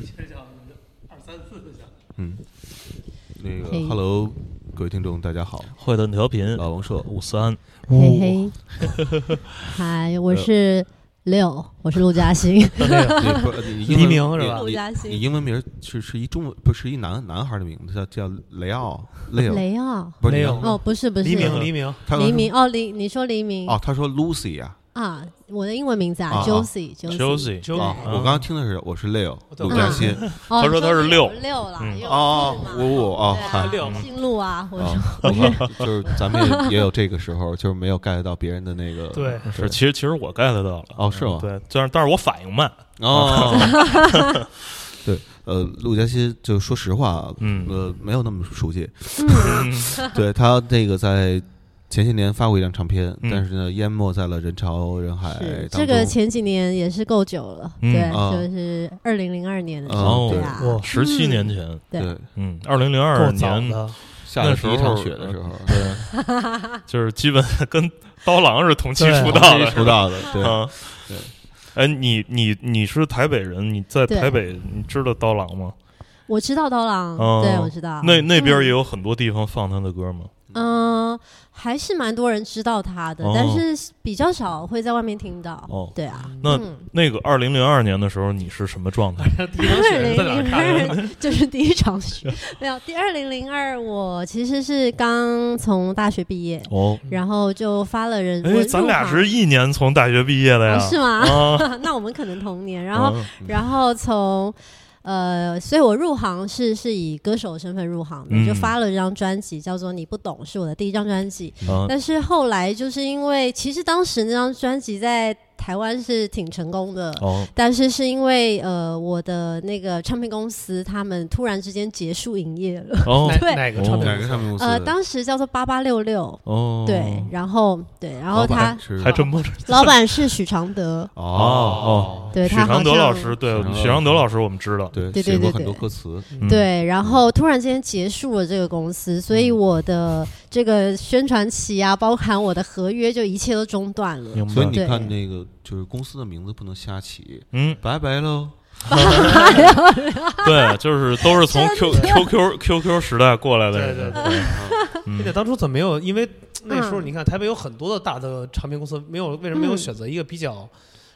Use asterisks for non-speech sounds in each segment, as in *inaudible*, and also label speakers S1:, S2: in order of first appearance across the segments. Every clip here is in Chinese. S1: 现象二三四的象。
S2: 嗯，那个
S3: 嘿
S2: Hello，各位听众，大家好，
S4: 会的调频，
S2: 老王
S4: *laughs*
S2: 社，
S4: 五三，
S3: 嘿嘿，嗨，我是六，我是陆嘉欣，
S2: 你不是你英文
S4: 黎明是吧
S2: 你
S3: 陆嘉欣
S2: 你英文名是是一中文，不是一男男孩的名字，叫叫雷奥雷奥，
S3: 雷奥。
S2: 不是
S4: 雷
S2: 你
S4: 奥
S2: 看
S3: 哦，不是
S5: *laughs*
S3: 不是，
S4: 黎明，
S2: 嗯
S4: 黎明，
S2: 他
S3: 黎明哦，黎，你说黎明
S2: 哦，他说 Lucy 啊，
S3: 啊？我的英文名字
S2: 啊
S3: 啊
S2: 啊
S3: ，Josie Josie。
S4: Josie，
S3: 对
S2: 啊，
S4: 嗯
S2: 我刚刚听的是我是 Leo
S4: 对
S2: 陆嘉欣，
S3: 哦
S4: 他说
S3: 你
S4: 他是
S3: 你
S4: 六
S3: 有六了，
S4: 嗯
S3: 有
S2: 哦
S3: 四嘛
S2: 我我哦
S3: 对啊
S2: 嗨
S4: 六
S3: 姓陆啊，我
S2: 啊我
S3: 说，
S2: 看就是咱们也也有这个时候，就是没有 get 到别人的那个
S4: 对，
S2: 是
S4: 是，其实其实我 get 到了，嗯
S2: 哦是吗
S4: 对，但是但是我反应慢，
S2: 哦，对，呃，陆嘉欣就说实话，
S4: 嗯
S2: 呃，没有那么熟悉，
S3: 嗯，
S2: *laughs*
S3: *laughs*
S2: 对他那个在前些年发过一张唱片，
S4: 嗯
S2: 但是呢，淹没在了人潮人海
S3: 是
S2: 哎当
S3: 这个
S2: 中
S3: 前几年也是够久了，
S4: 嗯
S3: 对，
S2: 啊
S3: 就是二零零二年的时
S2: 哦
S3: 候，对
S2: 对
S3: 啊，
S5: 哇，
S4: 十七年前，
S3: 对
S2: 对
S4: 嗯，二零零
S5: 够
S4: 二
S5: 早
S4: 年，
S5: 的，
S2: 下了
S4: 那
S2: 第
S4: 时
S2: 一
S4: 候
S2: 场雪的时候， *laughs*
S4: 对，
S3: *laughs*
S4: 就是基本 *laughs* 跟刀郎是同期
S5: 对
S4: 出
S2: 出
S4: 道的，
S2: 出道的，对，
S4: *laughs* 啊，
S2: 对。
S4: 哎，你你你是台北人，你在
S3: 对
S4: 台北，你知道刀郎吗？
S3: 我知道刀郎，
S4: 哦
S3: 对我知道，
S4: 那那边
S3: 嗯
S4: 也有很多地方放他的歌吗？
S3: 嗯、还是蛮多人知道他的，
S4: 哦
S3: 但是比较少会在外面听到。
S4: 哦
S3: 对啊，
S4: 那
S3: 嗯
S4: 那个二零零二年的时候，你是什么状态？
S5: 第
S3: 二零零
S5: 看？
S3: 二 *laughs* 就是第一场雪，没有第二零零二，我其实是刚从大学毕业，
S4: 哦，
S3: 然后就发了人，我
S4: 哎，咱俩
S3: 入行
S4: 是一年从大学毕业的呀，
S3: 哦是吗？
S4: 啊，
S3: *laughs* 那我们可能同年，然后、
S4: 嗯
S3: 然后从。呃，所以我入行是是以歌手身份入行的，
S4: 嗯
S3: 就发了一张专辑，叫做《你不懂》，是我的第一张专辑。
S4: 啊
S3: 但是后来就是因为，其实当时那张专辑在台湾是挺成功的，
S4: 哦，
S3: 但是是因为呃我的那个唱片公司他们突然之间结束营业了，
S4: 哦
S3: 对
S5: 哪个唱
S2: 哪个
S5: 片？
S2: 唱片公司？
S3: 呃当时叫做八八六六，
S4: 哦，
S3: 对，然后对，然后
S2: 老板
S3: 他
S2: 是
S4: 还真不是
S3: *laughs* 老板是许常
S4: *laughs*
S3: 德，
S2: 哦哦，
S3: 对
S4: 许
S3: 他好像
S4: 常德老师，对
S2: 许常德
S4: 许常德老师我们知道，
S2: 对
S3: 对对
S2: 写过
S3: 对
S2: 很多
S3: 对
S2: 歌词，
S4: 嗯，
S3: 对，然后突然之间结束了这个公司，所以我的这个宣传期啊，包含我的合约，就一切都中断了。
S4: 明白
S2: 所以你
S3: 对
S2: 看那个就是公司的名字不能瞎起，
S4: 嗯，
S2: 拜拜喽，
S4: 对，就是都是从 Q
S3: 真的
S4: Q Q Q Q 时代过来的
S5: 对
S4: 人，
S5: 对
S4: 对
S5: 对，而且
S4: 嗯
S5: 当初怎么没有？因为那时候你看台北有很多的大的唱片公司，没有为什么没有选择一个比较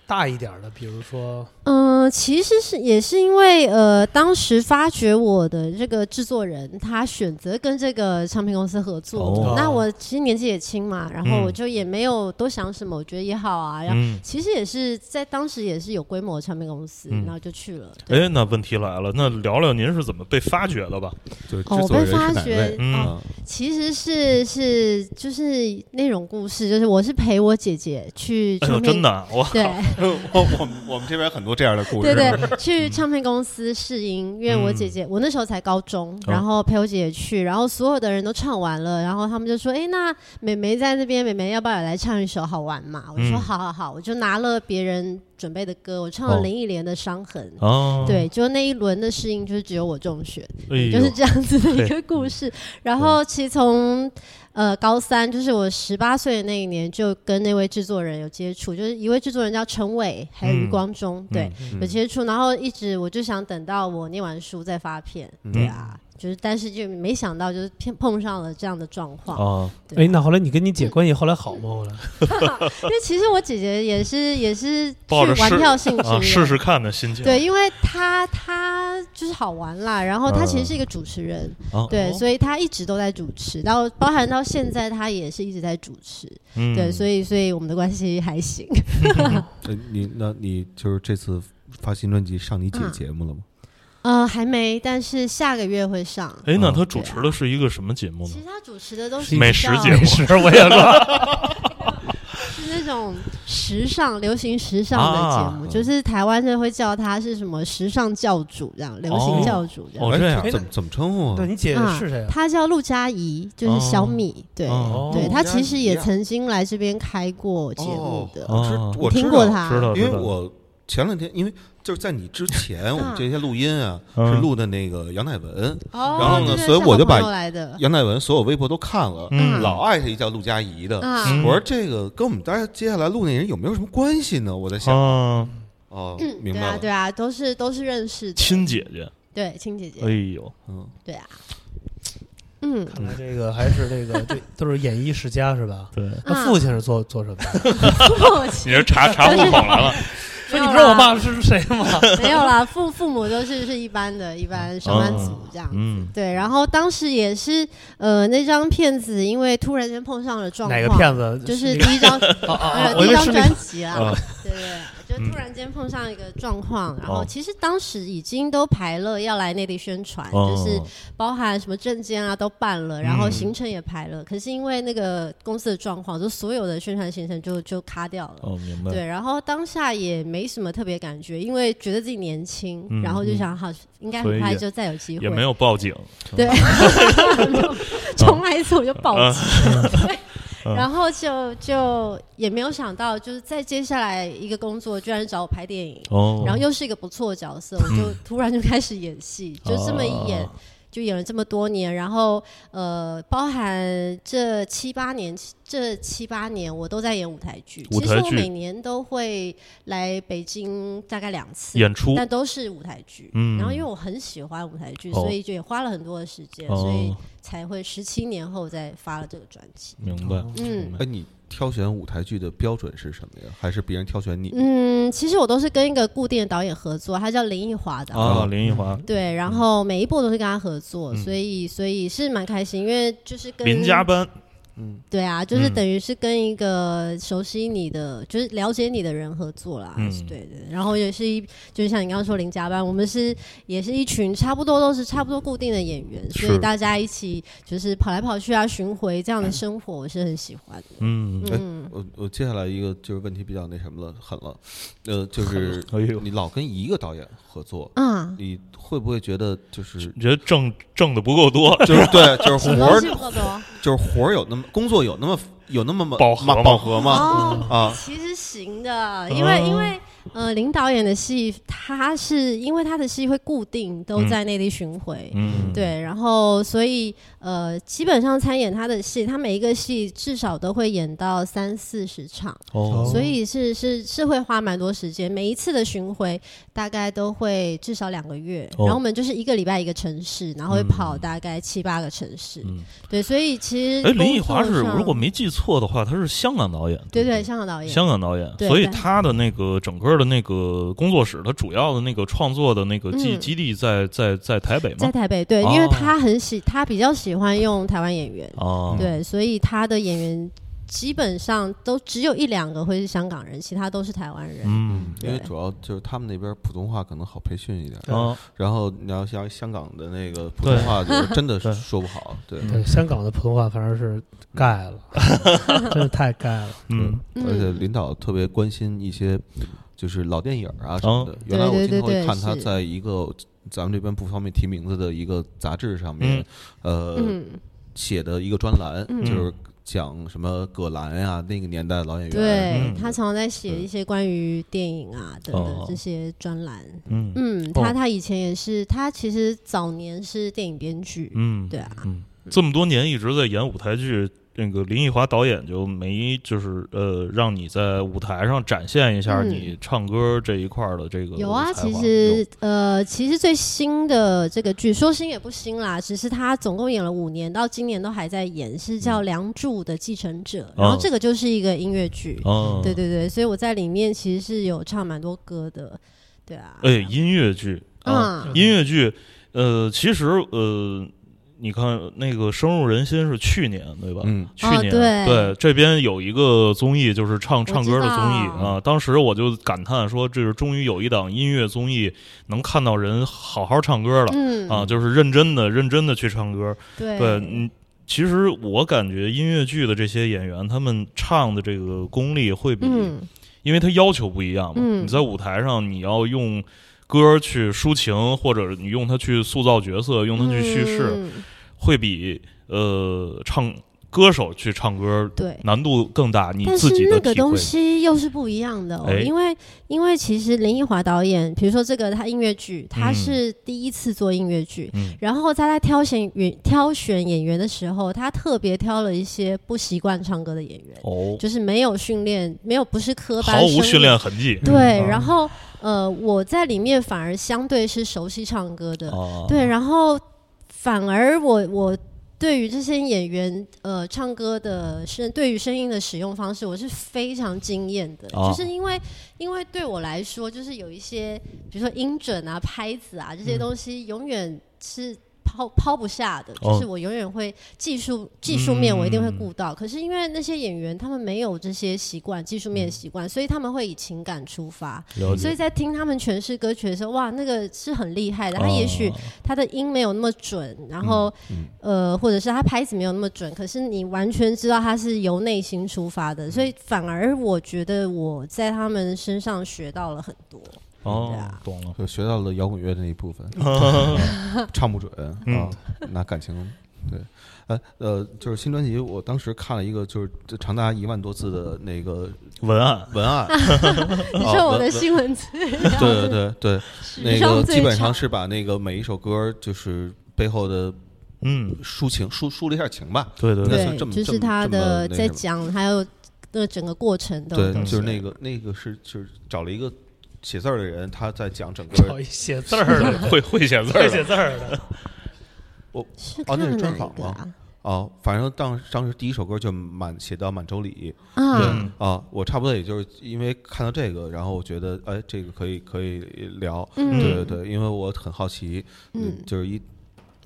S5: 大一点的？比如说，
S3: 嗯、其实是也是因为呃，当时发掘我的这个制作人，他选择跟这个唱片公司合作。
S4: 哦
S3: 那我其实年纪也轻嘛，然后
S4: 嗯
S3: 我就也没有多想什么，我觉得也好啊。然后
S4: 嗯，
S3: 其实也是在当时也是有规模的唱片公司，
S4: 嗯
S3: 然后就去了。对
S4: 哎，那问题来了，那聊聊您是怎么被发掘的吧？
S2: 就是
S3: 哦，
S2: 制作
S3: 我被
S2: 人是
S3: 发
S2: 哪
S3: 掘
S2: 位？
S4: 嗯
S3: 啊，
S2: 啊？
S3: 其实是是就是那种故事，就是我是陪我姐姐去
S4: 哎呦，
S3: 唱片，
S4: 真的啊，我
S3: 对
S2: *laughs* 我我们我们这边很多这样的故嗯
S3: 对
S2: *laughs*
S3: 对，去唱片公司试音，因为我姐姐、我那时候才高中，
S2: 哦
S3: 然后陪我姐姐去，然后所有的人都唱完了，然后他们就说：“哎，那美眉在那边，美眉要不要也来唱一首好玩嘛？”我就说：“
S4: 嗯
S3: 好好好。”我就拿了别人准备的歌，我唱了
S4: 哦
S3: 林忆莲的《伤痕》。
S4: 哦，
S3: 对，就那一轮的试音，就是只有我中选。
S4: 哎呦，
S3: 就是这样子的一个故事。
S4: 嗯
S3: 然后其实从呃高三，就是我十八岁的那一年，就跟那位制作人有接触，就是一位制作人叫陈伟，还有余
S4: 嗯
S3: 光中，对，
S2: 嗯
S3: 有接触。然后一直我就想等到我念完书再发片，
S4: 嗯
S3: 对啊，就是但是就没想到就是碰碰上了这样的状况。
S4: 啊，
S3: 对
S5: 哎，那后来你跟你姐关系后来好吗？后来
S3: 因为其实我姐姐也是也是
S4: 抱着
S3: 去玩
S4: 试
S3: 票性质
S4: *laughs* 啊，
S3: 的。
S4: 试试看的心情，
S3: 对，因为她她就是好玩啦，然后她其实是一个主持人，
S4: 啊，
S3: 对，
S5: 哦
S3: 所以他一直都在主持，然后包含到现在，他也是一直在主持。
S4: 嗯
S3: 对，所以所以我们的关系还行。
S2: 呃你那你就是这次发新专辑上你姐
S3: 嗯
S2: 节目了吗？
S3: *laughs* 呃，还没，但是下个月会上。
S4: 哎，那
S2: 嗯
S4: 他主持的是一个什么节目
S3: 其
S4: 呢
S3: 实？他主持的都是
S5: 是
S3: 比
S4: 美食
S3: 较
S4: 节目
S5: 是我也说，
S3: 是那种时尚、流行时尚的节目，
S2: 啊
S3: 就是台湾人会叫他是什么时尚教主这样，流
S4: 哦
S3: 行教主这样。
S4: 哦这样
S2: 哎怎么怎么称呼
S5: 对
S2: 啊？
S5: 你姐
S3: 啊
S5: 是谁啊？
S3: 他叫陆佳怡，就是小米，对、
S4: 哦
S3: 对，他其实也
S2: 曾。
S3: 曾经来这边开过节目的，
S2: 我知
S4: 哦
S2: 我
S3: 你听
S2: 知
S3: 过
S2: 道
S3: 他，
S4: *laughs* 知道
S2: 因为我前两天，因为就是在你之前，我们这些录音啊
S4: 嗯
S2: 是录的那个杨乃文，
S3: 哦，
S2: 然后呢
S3: 这就是
S2: 所以
S3: 小
S2: 我就把
S3: 朋友来的
S2: 杨乃文所有微博都看了，
S4: 嗯
S2: 老爱他一叫陆佳怡的。
S3: 啊，
S4: 嗯
S2: 我说这个跟我们大家接下来录那人有没有什么关系呢？我在想，
S4: 啊，
S2: 哦，明
S3: 对
S2: 白
S3: 啊，
S2: 了，
S3: 对啊，都是都是认识的，
S4: 亲姐姐，
S3: 对亲姐
S4: 哎
S3: 姐，
S4: 呦，
S2: 嗯，
S3: 对啊，嗯
S5: 看来这个还是这个这都是演艺世家
S3: *laughs*
S5: 是吧？
S4: 对，
S5: 那
S3: 啊
S5: 父亲是做做什么的？
S3: 父
S4: 你
S3: *laughs* 亲
S4: 是查查户口来了，
S3: *laughs*
S5: 说你不知道我爸是谁吗？
S3: 没有啦，父父母都是是一般的，一般上班族这样。
S4: 嗯，
S3: 对，然后当时也是，呃，那张片子因为突然间碰上了状况，
S5: 哪个骗子？
S3: 就是
S5: 那个
S3: 第一张，
S5: 哦哦
S3: 呃，
S5: 哦，我
S3: 第一
S5: 以为
S3: 张
S5: 是那
S3: 专
S5: 个
S3: 辑啦
S4: 啊，嗯
S3: 对对，就突然间碰上一个状况，然后
S4: 哦
S3: 其实当时已经都排了要来内地宣传，就是
S4: 哦
S3: 包含什么证件啊都办了，然后
S4: 嗯
S3: 行程也排了，可是因为那个公司的状况，就所有的宣传行程就就卡掉了。
S4: 哦，明白，
S3: 对，然后当下也没什么特别感觉，因为觉得自己年轻，
S4: 嗯
S3: 然后就
S4: 嗯
S3: 想好，应该
S4: 所
S3: 很
S4: 以
S3: 快
S4: 也
S3: 就再有机会。
S4: 也没有报警， *laughs*
S3: 对，重来一次我就报警。
S4: 嗯
S3: 对，然后就就也没有想到，就是再接下来一个工作，居然找我拍电影，
S4: 哦，嗯
S3: 然后又是一个不错的角色，我就突然就开始演戏，就这么一演
S4: 哦。
S3: 就演了这么多年，然后呃，包含这七八年，这七八年我都在演舞台剧。
S4: 舞
S3: 其
S4: 台
S3: 实我
S4: 剧
S3: 每年都会来北京大概两次，
S4: 啊演出，
S3: 但都是舞台剧。
S4: 哦嗯
S3: 然后因为我很喜欢舞台剧，
S4: 哦
S3: 所以就也花了很多的时间，
S4: 哦
S3: 所以才会十七年后再发了这个专辑。
S4: 明白，
S3: 嗯
S2: 哎，你挑选舞台剧的标准是什么呀？还是别人挑选你？
S3: 嗯，其实我都是跟一个固定的导演合作，他叫林奕华的。
S4: 啊，林奕华，
S3: 对，然后每一部都是跟他合作，所以所以是蛮开心，因为就是跟
S4: 嗯林家班，
S3: 对啊，就是
S4: 嗯
S3: 等于是跟一个熟悉你的，就是了解你的人合作啦。
S4: 嗯
S3: 对对，然后也是一，就是像你刚刚说零加班，我们是也是一群差不多都是差不多固定的演员，
S4: 是
S3: 所以大家一起就是跑来跑去啊，巡回这样的生活，我是很喜欢的。
S4: 嗯，
S3: 嗯，
S2: 我我接下来一个就是问题比较那什么了，狠了，呃，
S3: 嗯
S2: 就是
S4: 哎呦，
S2: 你老跟一个导演合作，
S3: 啊，
S2: 你会不会觉得就是
S4: 你觉得挣挣的不够多，
S2: *laughs* 就是对，就是
S3: 什
S2: 活
S3: 么
S2: 儿
S3: 事不多？
S2: 就是活儿有那么工作有那么有那么吗
S4: 饱和吗
S2: 饱和吗？
S3: 哦，
S2: 啊，
S3: 其实行的，因为、
S4: 哦
S3: 因为呃，林导演的戏，他是因为他的戏会固定都在内地巡回，
S4: 嗯，
S3: 对，然后所以呃，基本上参演他的戏，他每一个戏至少都会演到三四十场，
S4: 哦，
S3: 所以是是是会花蛮多时间。每一次的巡回大概都会至少两个月，
S4: 哦
S3: 然后我们就是一个礼拜一个城市，然后会跑大概七八个城市。
S4: 嗯
S3: 对，所以其实
S4: 哎，林奕
S3: 工作
S4: 华是
S3: 上
S4: 如果没记错的话，他是香港导演，
S3: 对
S4: 不
S3: 对香港导演
S4: 香港导演，
S3: 对
S4: 所以
S3: 对
S4: 他的那个整个的那个工作室，他主要的那个创作的那个基
S3: 嗯
S4: 基地在在在台北
S3: 在
S4: 嘛，
S3: 台北，对，
S4: 哦
S3: 因为他很喜他比较喜欢用台湾演员，
S4: 哦，
S3: 对，所以他的演员基本上都只有一两个会是香港人，其他都是台湾人。
S4: 嗯，
S2: 因为
S3: 对
S2: 主要就是他们那边普通话可能好培训一点，
S4: 啊，
S2: 然后你要像香港的那个普通话，就是真的是
S4: 对
S2: 说不好，对，
S4: 嗯
S5: 对香港的普通话反正是
S3: *laughs*
S5: 盖了，真的太盖了。
S4: 嗯，
S3: 嗯
S2: 而且领导特别关心一些就是老电影儿啊什
S4: 哦
S2: 么的。原来我
S3: 对对
S2: 经常
S3: 对
S2: 会
S3: 对
S2: 看他
S3: 是
S2: 在一个咱们这边不方便提名字的一个杂志上面，呃，
S3: 嗯，
S2: 写的一个专栏，就是讲什么葛兰呀、那个年代的老演员。
S3: 对
S4: 嗯
S3: 他常常在写一些关于电影啊等等
S4: 哦
S3: 这些专栏。
S4: 嗯
S3: 嗯，他
S4: 哦
S3: 他以前也是，他其实早年是电影编剧。
S4: 嗯，
S3: 对啊，
S4: 嗯，这么多年一直在演舞台剧，那个林奕华导演就没就是呃，让你在舞台上展现一下
S3: 嗯
S4: 你唱歌这一块儿的这个
S3: 有啊，
S4: 才华
S3: 其实呃，其实最新的这个剧说新也不新啦，只是他总共演了五年，到今年都还在演，是叫《梁祝的继承者》，然后
S4: 嗯哦
S3: 这个就是一个音乐剧。
S4: 有哦，
S3: 对对对，所以我在里面其实是有唱蛮多歌的，对啊，
S4: 哎，音乐剧啊，
S3: 嗯，
S4: 音乐剧，呃，其实呃，你看那个深入人心是去年对吧？
S2: 嗯，
S4: 去
S3: 哦
S4: 年、
S3: 对
S4: 这边有一个综艺，就是唱
S3: 知
S4: 唱歌的综艺
S3: 道
S4: 啊。当时我就感叹说，这是终于有一档音乐综艺能看到人好好唱歌了、
S3: 嗯，
S4: 啊，就是认真的、认真的去唱歌。
S3: 对
S4: 对，嗯，其实我感觉音乐剧的这些演员，他们唱的这个功力会比
S3: 嗯
S4: 因为它要求不一样嘛。
S3: 嗯
S4: 你在舞台上，你要用歌去抒情，或者你用它去塑造角色，用它去叙事，
S3: 嗯
S4: 会比呃唱歌手去唱歌
S3: 对。
S4: 难度更大，你
S3: 但是
S4: 自己
S3: 那
S4: 的
S3: 个
S4: 体会
S3: 东。西又是不一样的、哦
S4: 哎
S3: 因为因为其实林奕华导演，比如说这个他音乐剧，他
S4: 嗯
S3: 是第一次做音乐剧，
S4: 嗯
S3: 然后在他挑选演挑选演员的时候，他特别挑了一些不习惯唱歌的演员，
S4: 哦，
S3: 就是没有训练，没有不是科班，
S4: 毫无训练。痕迹。
S3: 对，
S5: 嗯
S3: 然后呃，我在里面反而相对是熟悉唱歌的，
S4: 哦，
S3: 对，然后反而我我对于这些演员呃唱歌的声对于声音的使用方式，我是非常惊艳的，
S4: 哦
S3: 就是因为因为对我来说，就是有一些比如说音准啊、拍子啊
S4: 嗯
S3: 这些东西，永远是。抛抛不下的，
S4: 哦
S3: 就是我永远会技术技术面我一定会
S4: 嗯
S3: 顾到，可是因为那些演员他们没有这些习惯，技术面的习惯，所以他们会以情感出发，
S4: 嗯了
S3: 所
S4: 解。
S3: 以在听他们诠释歌曲的时候，哇，那个是很厉害的。他也许
S4: 哦
S3: 他的音没有那么准，然后、
S2: 嗯
S3: 呃，或者是他拍子没有那么准，可是你完全知道他是由内心出发
S4: 嗯
S3: 的，所以反而我觉得我在他们身上学到了很多。对
S4: 哦
S3: 啊，
S4: 懂了。
S2: 就学到了摇滚乐的那一部
S5: *laughs*
S2: 分，唱不准啊
S4: 嗯，
S2: 拿感情对，呃呃，就是新专辑，我当时看了一个，就是这长达一万多字的那个
S4: 文案
S2: 文
S3: *laughs*
S2: 案，
S3: 你
S2: 啊
S3: 说我的
S2: 文
S3: 新闻资料，
S2: *laughs*
S3: *laughs*
S2: 对对对，那个
S3: 史上
S2: 基
S3: 最
S2: 本上
S3: 长。
S2: 是把那个每一首歌就是背后的
S4: 嗯，
S2: 抒情抒抒了一下情吧，
S4: 对对
S2: 应该
S4: 对，
S2: 算这么
S3: 就是
S2: 这么
S3: 他
S2: 这么
S3: 的
S2: 那
S3: 在
S2: 什么
S3: 讲，还有那整个过程都
S5: 嗯
S2: 对，
S3: 都
S2: 就是那
S3: 个
S2: 个那个是就是找了一个写字儿的人，他在讲整
S5: 找
S2: 个
S5: 一写字儿的，
S4: 会会写字
S5: 会
S4: 儿
S5: *laughs* 写
S4: 的，
S5: 字儿的，
S3: 是
S2: 哦那
S3: 看
S2: 是
S3: 了
S2: 专
S3: 哪
S2: 访
S3: 一个啊？
S2: 哦，反正当当时第一首歌就满写到满洲里
S3: 啊，
S4: 嗯
S2: 啊，我差不多也就是因为看到这个，然后我觉得哎，这个可以可以聊，
S3: 嗯
S2: 对对对，因为我很好奇，
S3: 嗯
S2: 就是一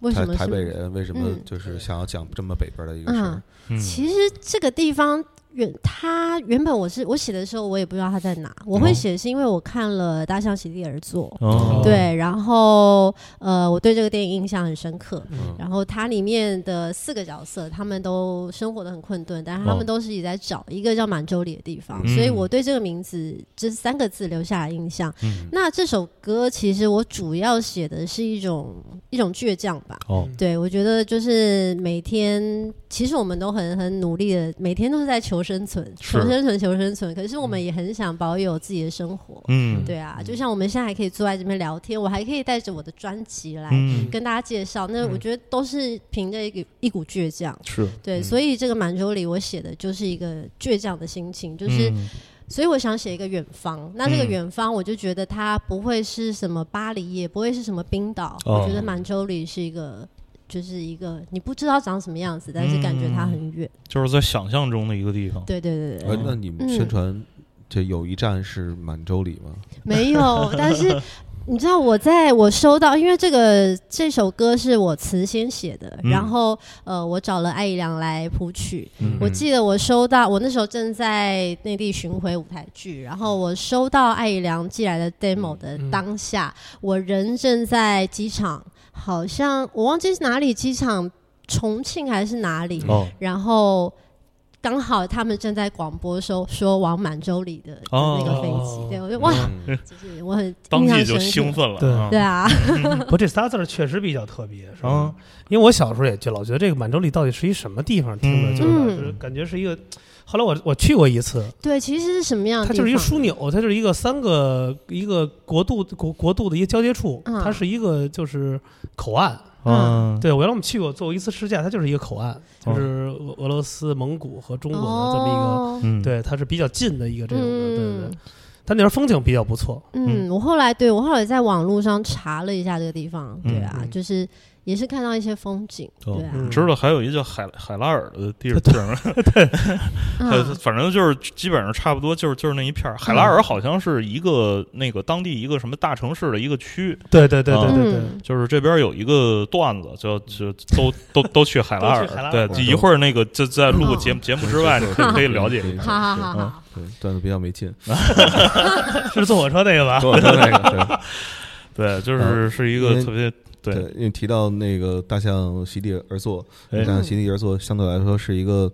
S3: 为
S2: 台
S3: 什么
S2: 台
S3: 是
S2: 北人为什么
S3: 嗯
S2: 就是想要讲这么北边的一个事儿
S3: 嗯，
S4: 嗯
S3: 其实这个地方原它原本我是我写的时候，我也不知道它在哪。我
S2: 哦
S3: 会写是因为我看了《大象席地而坐》
S4: 哦，
S3: 嗯对，然后呃，我对这个电影印象很深刻。
S2: 嗯
S3: 然后它里面的四个角色，他们都生活的很困顿，但是他
S4: 哦
S3: 们都是也在找一个叫满洲里的地方，
S4: 嗯
S3: 所以我对这个名字这三个字留下了印象。
S4: 嗯
S3: 那这首歌其实我主要写的是一种一种倔强吧，
S4: 哦，
S3: 对，我觉得就是每天，其实我们都很很努力的，每天都是在求生存，求
S4: 是
S3: 生存，求生存。可是我们也很想保有自己的生活，
S4: 嗯，
S3: 对啊，就像我们现在还可以坐在这边聊天，我还可以带着我的专辑来
S4: 嗯
S3: 跟大家介绍。那我觉得都是凭着一股一股倔强，
S4: 是，
S3: 对，所以这个满洲里我写的就是一个倔强的心情，就是
S4: 嗯
S3: 所以我想写一个远方。那这个
S4: 嗯
S3: 远方，我就觉得它不会是什么巴黎，也不会是什么冰岛。
S4: 哦
S3: 我觉得满洲里是一个，就是一个你不知道长什么样子，但是感觉
S4: 嗯
S3: 它很远。
S4: 就是在想象中的一个地方。
S3: 对对对对，
S4: 呃
S2: 哎，那你们宣传这有一站是满洲里吗？
S3: 没有。但
S4: *laughs*
S3: 是你知道，我在我收到，因为这个这首歌是我词先写的，
S4: 嗯
S3: 然后呃，我找了艾怡良来谱曲。
S4: 嗯
S3: 我记得我收到，我那时候正在内地巡回舞台剧，然后我收到艾怡良寄来的
S5: 嗯
S3: demo 的当下，我人正在机场，好像我忘记是哪里机场，重庆还是哪
S5: 嗯
S3: 里，
S4: 哦，
S3: 然后。刚好他们正在广播说说往满洲里的的那个飞机，
S5: 哦
S3: 对我就哇，
S2: 嗯
S3: 就是我很
S4: 当
S3: 印象
S4: 即就
S3: 深刻
S4: 兴，奋了。
S5: 对
S4: 啊
S3: 对，啊， *laughs*
S5: 不，这仨字儿确实比较特别，是吧
S4: 嗯？
S5: 因为我小时候也就老觉得这个满洲里到底是一什么地方，听着
S4: 嗯
S5: 就是老是感觉是一个。后来我我去过一次，
S3: 对，啊其实是什
S5: *laughs*
S3: 么样的嗯
S5: 它
S3: 地方？
S5: 就是一个枢纽，它就是一个三个一个国度国国度的一个交接处，
S3: 嗯
S5: 它是一个就是口岸。
S4: 嗯，哦
S5: 对，我原来我们去过做过一次试驾，它就是一个口岸，就是俄俄罗斯、蒙古和中国的啊这么一个，
S3: 啊哦
S4: 嗯，
S5: 对，它是比较近的一个这种的，对对
S3: 嗯
S5: 对。它那边风景比较不错，
S3: 嗯，我后来对我后来在网络上查了一下这个地方，
S4: 嗯
S3: 对啊，
S5: 嗯
S3: 就是也是看到一些风景，
S4: 哦
S3: 对啊，
S5: 嗯
S4: 知道还有一个叫海海拉尔的地儿地儿，它
S3: 嗯
S4: 呃反正就是基本上差不多，就是就是那一片儿。海拉尔好像是一个那个当地一个什么大城市的一个区，
S5: 对对对
S4: 啊
S5: 对对对，
S3: 嗯
S4: 就是这边有一个段子，就就都都都去海拉尔
S5: 都去海拉。尔
S4: 对，
S5: 嗯
S4: 就一会儿那个就在录节目节目
S3: *laughs*
S4: 之外，你可以可以了解一下。
S3: 好好好好，
S2: 对，段子比较没劲，
S5: 是坐火车那个吧？
S2: 跟我说那个对
S4: *laughs* 对，就是是一个
S2: 嗯
S4: 特别对
S2: 对，因为提到那个大象席地而坐，
S4: 哎
S2: 大象席地而坐相对来说是一个，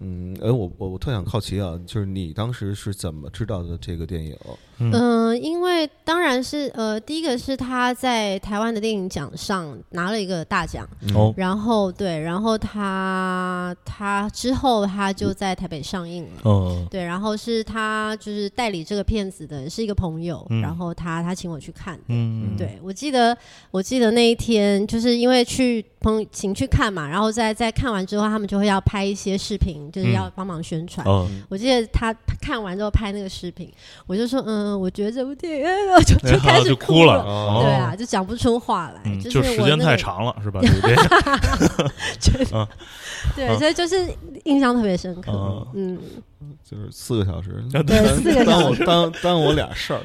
S2: 嗯，哎，我我我特想好奇啊，就是你当时是怎么知道的这个电影？
S4: 嗯
S3: 嗯、因为当然是呃，第一个是他在台湾的电影奖上拿了一个大奖，
S4: 哦，
S3: 然后对，然后他他之后他就在台北上映了。
S4: 嗯
S3: 对，然后是他就是代理这个片子的是一个朋友，
S4: 嗯
S3: 然后他他请我去看，
S4: 嗯，
S3: 对，我记得，我记得那一天，就是因为去朋请去看嘛，然后在在看完之后，他们就会要拍一些视频，就是要帮忙宣传。
S4: 嗯哦，
S3: 我记得他看完之后拍那个视频，我就说，嗯，我觉得这部电影， *laughs* 呃我就就开始
S4: 哎就
S3: 哭
S4: 了，。
S2: 哦
S3: 对啊，就讲不出话来，
S4: 嗯，
S3: 是
S4: 就
S3: 我
S4: 时间
S3: 那
S4: 太
S3: 个，
S4: 长了，是吧？就
S3: *laughs*
S4: 这样，
S3: 对，
S4: 啊
S3: 所以就是印象特别深刻。
S4: 嗯
S3: 嗯，
S2: *laughs* 就是四个小时，
S4: 啊
S3: 对，四个
S2: 耽
S3: 小
S2: 误
S3: 时。
S2: 耽耽误我俩事
S4: *laughs*
S2: 儿。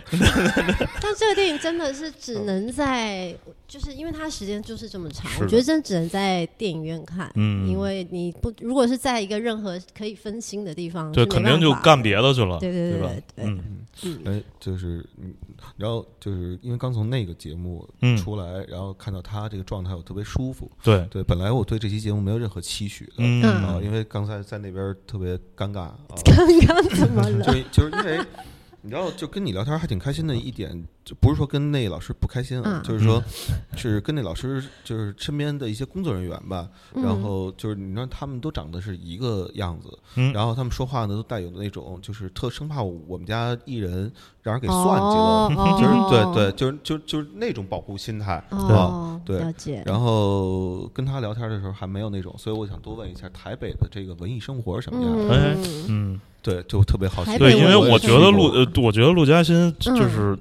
S3: 但这个电影真的是只能在，就是因为它时间就是这么长，
S4: 嗯是
S3: 我
S4: 的
S3: 觉得真只能在电影院看。
S4: 嗯，
S3: 因为你不如果是在一个任何可以分心的地方，
S4: 对，
S3: 是没
S4: 肯定
S3: 办
S4: 就
S3: 法的
S4: 干。别的去了，
S3: 对对对
S4: 吧
S3: 对？对
S4: 嗯
S2: 哎，就是嗯然后就是因为刚从那个节目
S4: 嗯，
S2: 出来，然后看到他这个状态，我特别舒服。
S4: 对，
S2: 对，本来我对这期节目没有任何期许的，
S4: 嗯
S2: 啊，因为刚才在那边特别尴尬啊，
S3: *laughs*
S4: *laughs*
S3: 刚刚怎么
S2: *laughs* 就
S3: 了？
S2: 是就是因为你知道，就跟你聊天还挺开心的一点，就不是说跟那老师不开心啊，
S3: 嗯
S2: 就是说是跟那老师就是身边的一些工作人员吧，
S3: 嗯
S2: 然后就是你让他们都长得是一个样子，
S4: 嗯
S2: 然后他们说话呢都带有那种就是特生怕我们家艺人让人给
S3: 给
S2: 算计了，
S3: 哦、
S4: *laughs*
S2: 就是对
S3: 哦
S2: 对，，就是就是就是那种保护心态。啊
S3: 哦，
S2: 对
S3: 了解。
S2: 然后跟他聊天的时候还没有那种，所以我想多问一下台北的这个文艺生活是什么样的？
S4: 哎
S3: 嗯，
S4: 嗯，
S2: 哎对，就特别好奇。
S3: 台
S4: 对，
S3: 北
S4: 因为
S3: 我也
S4: 我
S3: 是
S4: 觉得
S2: 去
S4: 陆
S2: 过
S4: 呃，我觉得陆嘉欣就是。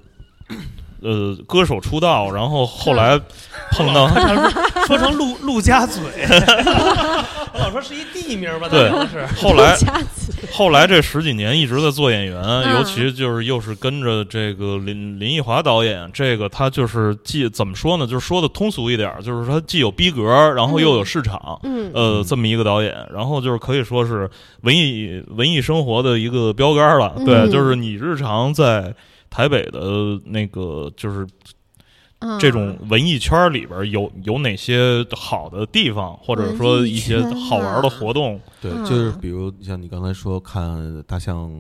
S4: 呃，歌手出道，然后后来碰到
S5: 说成陆陆家 *laughs* 嘴，我老说是一地名吧，
S4: 对
S5: 那就是
S4: 哎后
S3: *laughs*
S4: 来
S3: 陆家嘴
S4: *laughs* 后来这十几年一直在做演员，尤其就是又是跟着这个林林奕华导演，这个他就是既怎么说呢，就是说的通俗一点儿，就是他既有逼格，然后又有市场，
S3: 嗯，
S4: 呃，这么一个导演，然后就是可以说是文艺文艺生活的一个标杆儿了。
S3: 嗯
S4: 对，就是你日常在台北的那个就是
S3: 嗯
S4: 这种文艺圈儿里边儿有有哪些好的地方，或者说一些
S3: 文艺圈啊
S4: 好玩儿的活动？
S2: 对，
S3: 嗯
S2: 就是比如像你刚才说看大象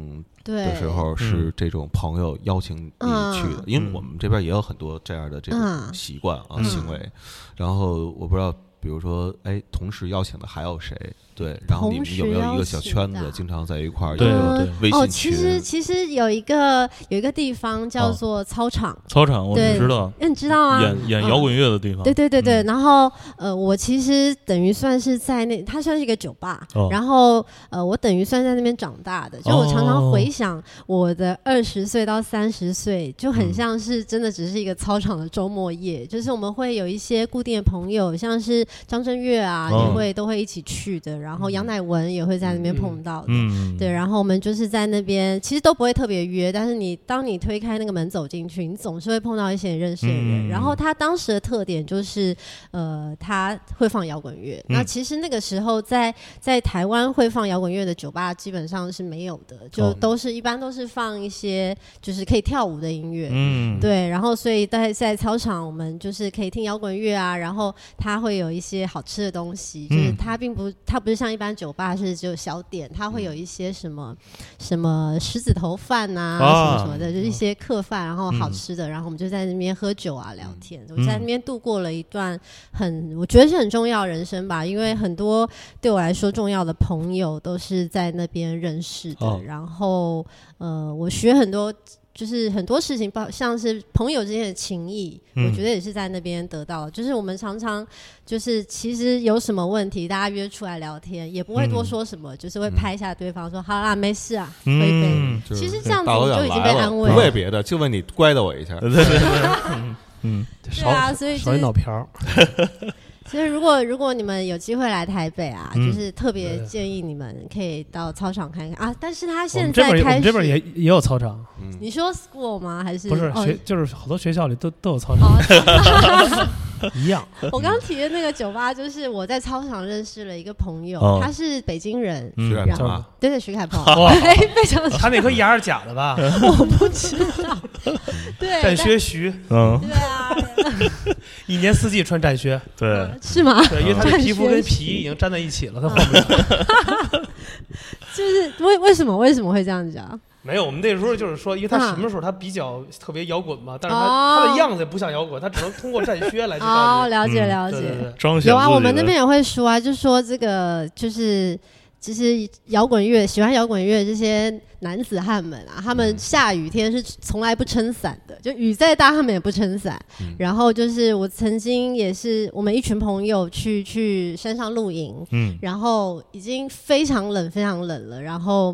S3: 对哦
S2: 的时，候，
S4: 嗯
S2: 是这种朋友邀请你去的
S3: 嗯，
S2: 因为我们这边也有很多这样的这
S3: 嗯
S2: 种习惯啊
S4: 嗯
S2: 行为。然后我不知道，比如说，哎，同时邀请的还有谁？对，然后你们有没有一个小圈
S3: 同时邀请
S2: 子
S3: 的，
S2: 经常在一块儿？
S4: 对
S2: 有
S4: 对
S3: 嗯
S2: 微
S3: 哦，
S2: 信
S3: 其
S2: 群
S3: 实其实有一个有一个地方叫
S4: 哦
S3: 做操场，
S4: 操场我们
S3: 对
S4: 知道，
S3: 哎，你知道吗？
S4: 演演摇滚乐的地方。
S3: 对对对对，
S4: 嗯
S3: 然后呃，我其实等于算是在那，它算是一个酒吧，
S4: 哦
S3: 然后呃，我等于算在那边长大的，就我常常
S4: 哦
S3: 回想我的二十岁到三十岁，就很
S4: 嗯
S3: 像是真的只是一个操场的周末夜，就是我们会有一些固定的朋友，像是张震岳啊，
S4: 哦
S3: 也会都会一起去的，然后杨乃文也会在那边碰到的。
S4: 嗯，
S3: 对，然后我们就是在那边，其实都不会特别约，但是你当你推开那个门走进去，你总是会碰到一些你认识的人。
S4: 嗯
S3: 然后他当时的特点就是，呃，他会放摇滚乐。
S4: 嗯
S3: 那其实那个时候在在台湾会放摇滚乐的酒吧基本上是没有的，就
S2: 哦
S3: 都是、一般都是放一些就是可以跳舞的音乐。
S4: 嗯，
S3: 对，然后所以在在操场，我们就是可以听摇滚乐啊，然后它会有一些好吃的东西，就是
S4: 嗯
S3: 它并不它不是像一般酒吧是只有小点，它
S4: 嗯
S3: 会有一些什么什么狮子头饭啊
S4: 啊
S3: 什么什么的，就是一些客饭，然后好
S4: 嗯
S3: 吃的，然后我们就在那边喝酒啊聊天，我在那边度过了一段很我觉得是很重要的人生吧，因为很多对我来说重要的朋友都是在那边认识的，
S4: 哦
S3: 然后呃，我学很多。就是很多事情，包像是朋友之间的情谊，
S4: 嗯
S3: 我觉得也是在那边得到的。就是我们常常就是其实有什么问题，大家约出来聊天，也不会多说什么，就是会拍一下对方说：“好啦，没事啊，喝一杯。
S4: 嗯，
S2: 就是
S3: 其实这样子
S2: 大老
S3: 我
S2: 远
S3: 就已经
S2: 来
S3: 被
S2: 了
S3: 安慰
S2: 不为
S3: 了。
S2: 别的，就问你乖的我一
S4: *laughs*
S2: 下。
S4: 对对对，嗯
S3: 对啊，所以
S5: 少
S3: 就
S5: 一
S3: 是
S5: 脑瓢。
S3: 所以如果如果你们有机会来台北啊，
S4: 嗯
S3: 就是特别建议你们可以到操场看看啊。但是他
S5: 我
S3: 现
S5: 们哦这
S3: 在
S5: 边也我
S3: 开
S5: 们这边也
S3: 始，
S5: 也有操场，
S2: 嗯，
S3: 你说 school 吗？还是
S5: 不是
S3: 哦
S5: 学就是好多学校里都都有操场
S3: 哦，
S5: *laughs* 一样。
S3: 我哦刚提的那个酒吧，就是我在操场认识了一个朋友，
S4: 哦
S3: 他是北京人，
S2: 徐
S4: 嗯
S2: 海鹏啊，
S3: 对 *laughs* 对，徐凯鹏，
S5: 哇，
S3: 非常
S5: 他那颗牙是假的吧？
S3: 我不知道，对，
S5: 战
S3: 但
S5: 靴徐
S4: 嗯，
S3: 对啊，
S5: 一年四季穿战靴，
S4: 对，
S3: 是吗？ *laughs*
S5: 对，因为他的
S3: 战
S5: 皮肤
S3: 靴
S5: 跟
S3: 徐
S5: 皮已经粘在一起了，他换不了。
S3: 就是为为什么为什么会这样讲？
S5: 没有，我们那时候就是说，因为他
S3: 啊
S5: 什么时候他比较特别摇滚嘛，但是他、
S3: 哦
S5: 他的样子也不像摇滚，他只能通过战靴来去告
S3: 哦，
S5: 诉你。
S3: 了解
S4: 嗯
S3: 了
S5: 对对对
S3: 解。，
S4: 彰显
S3: 有啊，
S4: 自己
S3: 我们
S4: 的
S3: 那边也会说啊，就说这个就是。就是摇滚乐，喜欢摇滚乐这些男子汉们
S4: 嗯
S3: 啊，他们下雨天是从来不撑伞的，就雨再大他们也不撑伞。
S2: 嗯
S3: 然后就是我曾经也是，我们一群朋友去去山上露营，
S4: 嗯
S3: 然后已经非常冷，非常冷了。然后，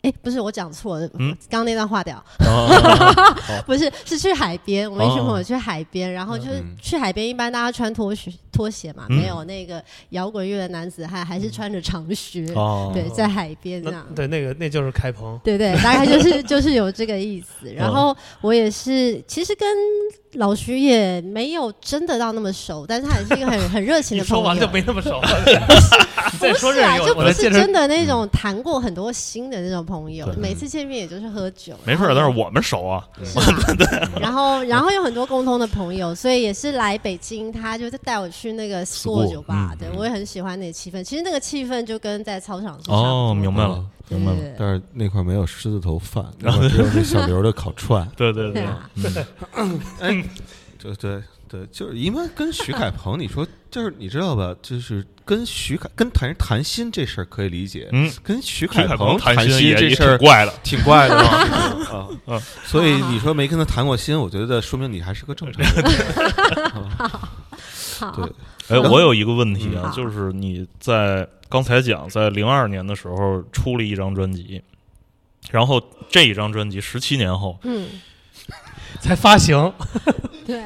S3: 哎，不是我讲错了，
S4: 嗯
S3: 刚刚那段划掉，
S4: 啊
S3: *laughs* 不是是去海边，我们一群朋友去海边，然后就是
S2: 嗯
S3: 去海边，一般大家穿拖鞋拖鞋嘛，
S4: 哦嗯
S3: 没有那个摇滚乐的男子汉还是穿着长靴，
S4: 哦
S3: 对，在海边这样
S5: 那。对那个那就是开棚，
S3: 对
S5: *laughs*
S3: 对，大概就是就是有这个意思。然
S4: 嗯
S3: 后我也是，其实跟老徐也没有真的到那么熟，但是他也是一个很很热情
S5: *laughs* 你
S3: 的朋
S5: 说
S3: 友。
S5: 完就没那
S3: *laughs*
S5: 么熟了。你再说
S3: 不是
S5: 这
S3: 啊，
S5: 个，
S3: 就
S5: 我
S3: 不
S5: 再
S3: 是
S5: 接着
S3: 真的那种谈过很多新的那种朋友，
S4: 对嗯
S3: 每次见面也就是喝酒，
S4: 没事儿，
S3: 然
S4: 但
S3: 后
S4: 是我们熟啊， *laughs*
S3: 然后然后有很多共同的朋友，所以也是来北京，他就是带我去那个
S4: Score，
S3: Score 酒吧
S4: 嗯，
S3: 对我也很喜欢那个气氛。其实那个气氛就跟在操场是差不多
S4: 哦，
S3: 的
S4: 明白了，啊
S3: 对
S4: 明白了，
S3: 对对
S2: 嗯但是那块没有狮子头饭，然后只有那
S3: *laughs*
S2: 小刘的烤串。
S4: 对对
S3: 对
S4: 对，
S3: 啊，
S2: 对对对，就是因为跟徐凯鹏，你说就是你知道吧？就是跟徐凯跟谈谈心这事儿可以理解，
S4: 嗯，
S2: 跟徐
S4: 徐凯
S2: 鹏
S4: 鹏
S2: 谈
S4: 谈心也
S2: 这
S4: 也
S2: 事儿
S4: 挺怪的，
S2: 挺怪的
S4: *laughs*
S2: 吧？啊
S4: 嗯，
S2: 所以你说没跟他谈过心，我觉得说明你还是个正常人。
S3: 好
S2: 对，
S4: 哎，
S2: 然后
S4: 我有一个问题
S3: 嗯，
S4: 啊就是你在刚才讲，在零二年的时候出了一张专辑，然后这一张专辑十七年后，
S3: 嗯，
S5: 才发行，
S3: 对，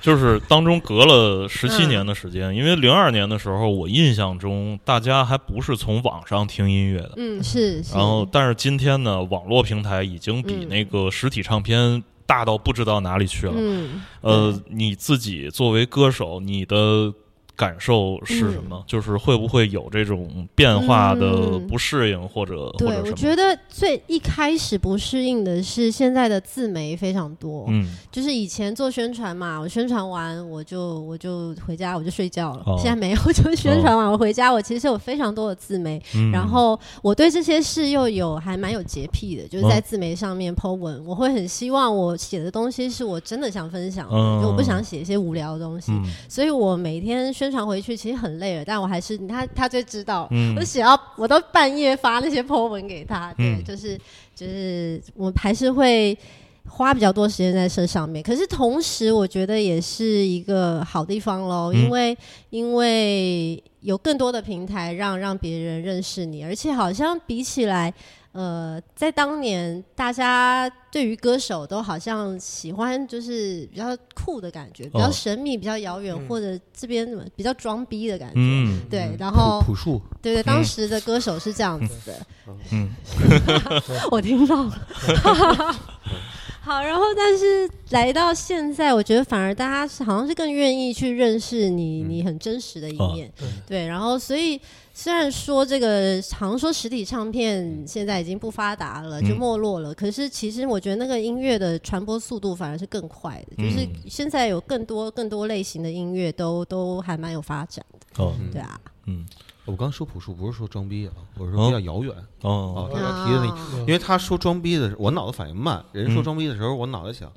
S4: 就是当中隔了十七
S3: 嗯
S4: 年的时间，因为零二年的时候，我印象中大家还不是从网上听音乐的，
S3: 嗯是是，
S4: 然后但是今天呢，网络平台已经比
S3: 嗯
S4: 那个实体唱片大到不知道哪里去了。
S3: 嗯
S4: 呃，你自己作为歌手，你的感受是什么？就是会不会有这种变化的
S3: 嗯
S4: 不适应，或者或
S3: 对，
S4: 者
S3: 我
S4: 什么？
S3: 觉得最一开始不适应的是现在的自媒非常多，
S4: 嗯，
S3: 就是以前做宣传嘛，我宣传完我就我就回家我就睡觉了。
S4: 哦
S3: 现在没有，就宣传完我回家，我其实有非常多的自媒，
S4: 嗯
S3: 然后我对这些事又有还蛮有洁癖的，就是
S4: 嗯
S3: 在自媒上面 po 文，我会很希望我写的东西是我真的想分享的，
S4: 嗯
S3: 就我不想写一些无聊的东西，
S4: 嗯
S3: 所以我每天宣传回去其实很累了，但我还是他他最知道，
S4: 嗯
S3: 我写到我到半夜发那些 po 文给他，对，
S4: 嗯
S3: 就是就是我还是会花比较多时间在这上面。可是同时，我觉得也是一个好地方喽，
S4: 嗯
S3: 因为、因为有更多的平台让让别人认识你，而且好像比起来。呃，在当年，大家对于歌手都好像喜欢就是比较酷的感觉，比较
S4: 哦
S3: 神秘、比较遥远，
S5: 嗯
S3: 或者这边怎么比较装逼的感觉。
S4: 嗯
S3: 对，然后
S2: 朴朴树，
S3: 对对，当时的歌手是这样子的，
S4: 嗯，
S3: *laughs* 我听到了。 *laughs* 好，然后但是来到现在，我觉得反而大家是好像是更愿意去认识你，
S4: 嗯
S3: 你很真实的一
S4: 啊
S3: 面。对，然后所以虽然说这个好像说实体唱片现在已经不发达了，就
S4: 嗯
S3: 没落了，可是其实我觉得那个音乐的传播速度反而是更快的，就是
S4: 嗯
S3: 现在有更多更多类型的音乐都都还蛮有发展的，
S4: 哦
S2: 嗯
S3: 对啊，
S4: 嗯
S2: 我刚说朴树不是说装逼啊，我是说比较遥远啊
S4: 哦，，
S2: 大家提的那
S3: 啊
S2: 因为他说装逼的时候，我脑子反应慢；人
S4: 嗯
S2: 说装逼的时候，我脑袋想，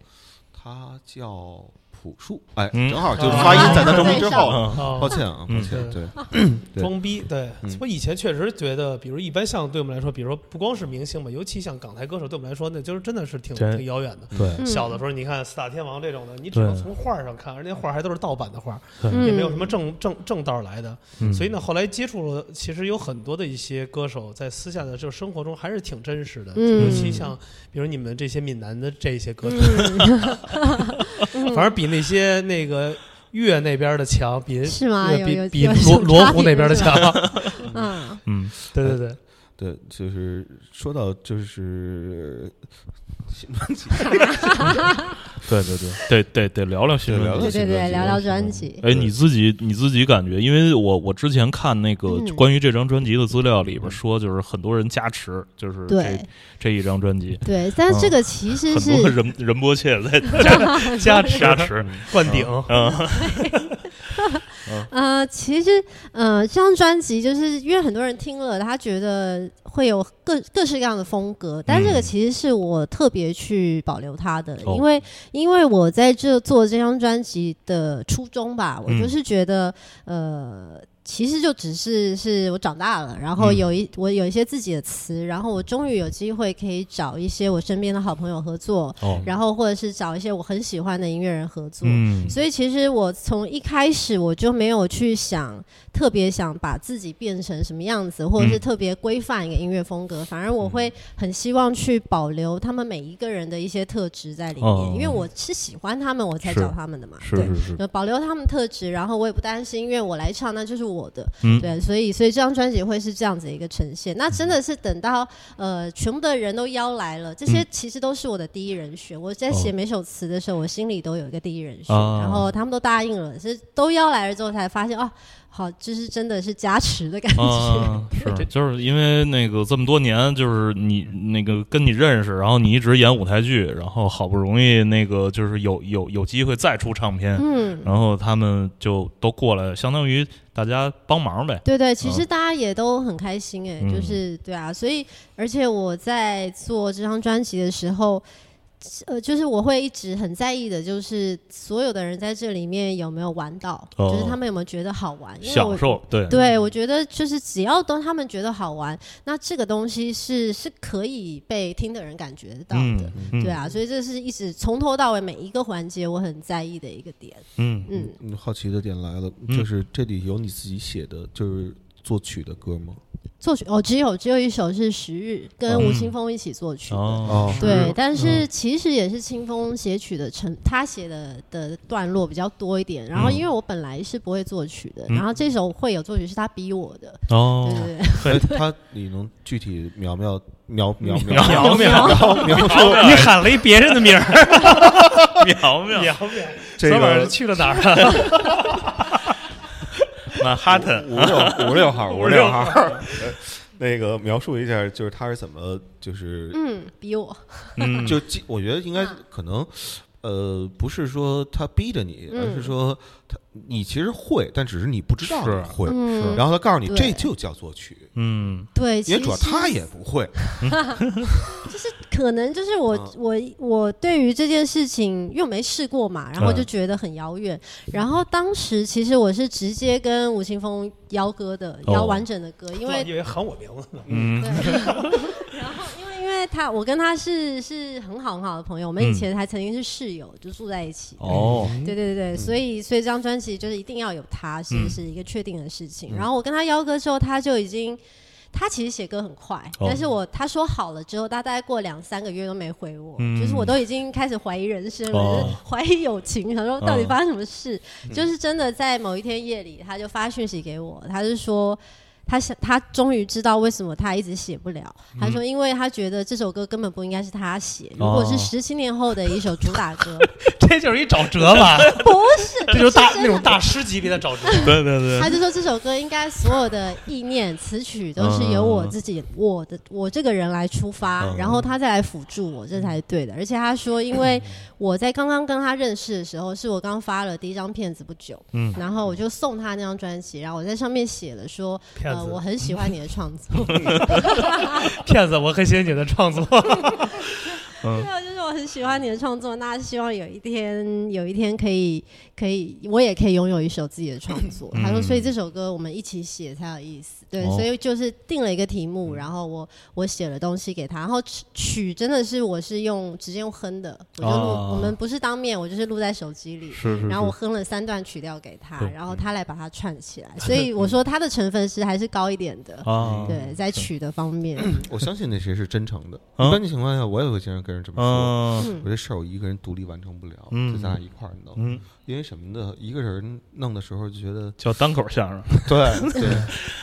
S2: 他叫朴树，哎，
S4: 嗯
S2: 正好
S3: 啊
S2: 就是发音在他装逼之后。
S4: 哦
S5: 哦
S2: 抱歉啊，抱
S4: 嗯
S2: 歉，对，对
S5: 装逼，对
S2: 嗯，
S5: 我以前确实觉得，比如一般像对我们来说，比如说不光是明星吧，尤其像港台歌手，对我们来说，那就是真的是挺
S4: 真
S5: 挺遥远的。
S4: 对
S3: 嗯
S5: 小的时候，你看四大天王这种的，你只能
S4: 对
S5: 从画儿上看，而那画儿还都是盗版的画儿，
S3: 嗯
S5: 也没有什么正正正道儿来的。
S4: 嗯
S5: 所以呢，后来接触了，其实有很多的一些歌手在私下的就是生活中还是挺真实的，
S3: 嗯
S5: 尤其像比如你们这些闽南的这些歌手，
S3: 嗯
S5: 反而比那些那个粤那边的强，比
S3: 是吗？啊有
S5: 比
S3: 有
S5: 比
S3: 有
S5: 罗
S3: 有
S5: 罗
S3: 差
S5: 湖
S3: 别
S5: 那边的
S3: 是吧
S5: 强。
S3: 嗯
S5: *laughs*
S4: 嗯
S5: 对对对，
S2: 对，就是说到就是 *laughs*
S4: 对对对，得得得聊聊新
S2: 得
S4: 闻
S2: 聊。
S3: 对对对，聊聊专
S5: 嗯
S3: 辑。
S4: 哎，你自己你自己感觉，因为我我之前看那个
S3: 嗯
S4: 关于这张专辑的资料里边说，就是很多人加持，就是这
S3: 对
S4: 这一张专辑，
S3: 对，但是
S5: 嗯
S3: 这个其实
S4: 很多
S3: 是
S4: 仁仁波
S3: *laughs*
S4: 切在
S5: 加持
S4: 加持，
S5: 灌顶，
S3: 呃，其实呃，这张专辑就是因为很多人听了，他觉得会有各各式各样的风格，但
S4: 嗯
S3: 这个其实是我特别去保留它的，
S4: 哦
S3: 因为因为我在这做这张专辑的初衷吧，我
S4: 嗯
S3: 就是觉得、呃。其实就只是是我长大了，然后
S4: 嗯
S3: 有一、我有一些自己的词，然后我终于有机会可以找一些我身边的好朋友合作，
S4: 哦，
S3: 然后或者是找一些我很喜欢的音乐人合作。
S4: 嗯，
S3: 所以其实我从一开始我就没有去想特别想把自己变成什么样子，或者是
S4: 嗯
S3: 特别规范一个音乐风格，反而我会很希望去保留他们每一个人的一些特质在里面，
S4: 哦
S3: 因为我是喜欢他们我才
S4: 是
S3: 找他们的嘛，
S4: 是
S3: 对。
S4: 是是，
S3: 就保留他们特质，然后我也不担心，因为我来唱那就是我的，
S4: 嗯，
S3: 对，所以所以这张专辑会是这样子一个呈现。那真的是等到呃全部的人都邀来了，这些
S4: 嗯
S3: 其实都是我的第一人选。我在写
S4: 哦
S3: 每首词的时候，我心里都有一个第一人选，
S4: 啊
S3: 然后他们都答应了，是都邀来了之后才发现哦，好，就是真的是加持的感觉。
S4: 啊，是，就是因为那个这么多年，就是你那个跟你认识，然后你一直演舞台剧，然后好不容易那个就是有有有机会再出唱片，
S3: *laughs* 嗯，
S4: 然后他们就都过来，相当于大家帮忙呗。
S3: 对对，其实大家也都很开心哎、
S4: 哦嗯
S3: 就是对啊，所以而且我在做这张专辑的时候。呃，就是我会一直很在意的，就是所有的人在这里面有没有玩到，
S4: 哦
S3: 就是他们有没有觉得好玩，因为我
S4: 享受，对，
S3: 哦对，我觉得就是只要都他们觉得好玩，那这个东西是是可以被听的人感觉到的。
S4: 嗯，嗯
S3: 对，啊，所以这是一直从头到尾每一个环节我很在意的一个点。
S4: 嗯
S3: 嗯，
S2: 嗯，好奇的点来了，
S4: 嗯
S2: 就是这里有你自己写的，就是作曲的歌吗？
S3: 作曲哦，只有只有一首是《十日》，跟
S4: 嗯
S3: 吴青峰一起作曲的。
S4: 哦，
S3: 对，但是其实也是清风写曲的成，他写的的段落比较多一点。然后
S4: 嗯
S3: 因为我本来是不会作曲的，
S4: 嗯
S3: 然后这首会有作曲是他逼我的，
S4: 哦
S3: 对，对对。
S2: 哎，他你能具体描描描描
S4: 描
S5: 苗苗
S2: 描
S4: *laughs*
S2: 述
S5: 哎苗，你喊了一别人的名儿，
S4: 苗苗，
S5: *laughs* 苗苗，
S2: 这
S5: 昨晚
S2: 个
S5: 上去了哪儿啊？ *laughs*
S4: 曼哈顿，
S2: 五六五六号
S4: 五六
S2: 号， *laughs* 那个描述一下，就是他是怎么就是
S3: 嗯，逼我，
S4: 嗯，
S2: 就既我觉得应该
S3: 嗯
S2: 可能，呃，不是说他逼着你，而是
S3: 嗯
S2: 说他你其实会，但只是你不知道
S4: 是
S2: 你会。
S3: 嗯，
S2: 然后他告诉你，这
S3: 对
S2: 就叫作曲，
S4: 嗯，
S3: 对，
S2: 因为
S3: 其
S2: 主要
S3: 实
S2: 他也不
S3: *laughs*
S2: 会。
S3: 可能就是我、
S2: 嗯
S3: 我我对于这件事情，因为我没试过嘛，然后
S4: 嗯
S3: 就觉得很遥远。然后当时其实我是直接跟吴青峰邀歌的，
S4: 哦
S3: 邀完整的歌，因为
S5: 以为喊我名字
S4: *laughs*
S5: 呢。
S4: 嗯，
S3: 对，然后因为因为他，我跟他是是很好很好的朋友，我们以前还曾经是室友，就住在一起。
S4: 哦，
S3: 对对对，所以所以这张专辑就是一定要有他，
S4: 嗯
S3: 是是一个确定的事情。
S2: 嗯
S3: 然后我跟他邀歌之后，他就已经。他其实写歌很快，
S4: 哦
S3: 但是我他说好了之后，他大概过两三个月都没回我，
S4: 嗯
S3: 就是我都已经开始怀疑人生了，
S4: 哦嗯
S3: 就是怀疑友情，想说到底发生什么事？就是真的在某一天夜里，他就发讯息给我，他就说他想他终于知道为什么他一直写不了。他说，因为他觉得这首歌根本不应该是他写，如果是
S4: 嗯哦
S3: 十七年后的一首主打歌，
S5: 这就是一找辙吧？
S3: 不是，
S5: *laughs* 这就是大
S3: 真
S5: 那
S3: 的
S5: 种大师级别的找辙。
S4: 对对对，
S3: 他就说这首歌应该所有的意念、词曲都是由我自己、我的我这个人来出发，
S4: 嗯
S3: 然后他再来辅助我，这才是对的。而且他说，因为
S4: 嗯
S3: 我在刚刚跟他认识的时候，是我刚发了第一张片子不久，
S4: 嗯
S3: 然后我就送他那张专辑，然后我在上面写了说，
S5: 骗
S3: 呃，我
S5: 子，
S3: 很喜欢你的创
S4: *laughs*
S3: 作，
S5: *laughs* 骗子，我很谢谢你的创作。
S4: 嗯
S3: 对啊，就是我很喜欢你的创作，那希望有一天有一天可以可以，我也可以拥有一首自己的创作。
S4: 嗯
S3: 他说，所以这首歌我们一起写才有意思。对，
S4: 哦
S3: 所以就是定了一个题目，然后我我写了东西给他，然后曲曲真的是我是用直接用哼的，我就录，
S4: 哦
S3: 我们不是当面，我就是录在手机里。
S4: 是是
S3: 然后我哼了三段曲调给他
S4: 对，
S3: 然后他来把它串起
S4: *laughs*
S3: 来，所以我说他的成分是还是高一点的，
S4: 啊，
S3: 对，在曲的方面， *clears throat*
S2: 我相信那谁是真诚的。
S4: 嗯
S2: 一般情况下，我也会经常跟人这么说。
S4: 嗯
S2: 我这事儿我一个人独立完成不了，
S4: 嗯
S2: 就咱俩一块儿弄。
S4: 嗯，
S2: 因为什么呢？一个人弄的时候就觉得，
S4: 叫单口相声，
S2: 对
S4: *laughs*
S2: 对，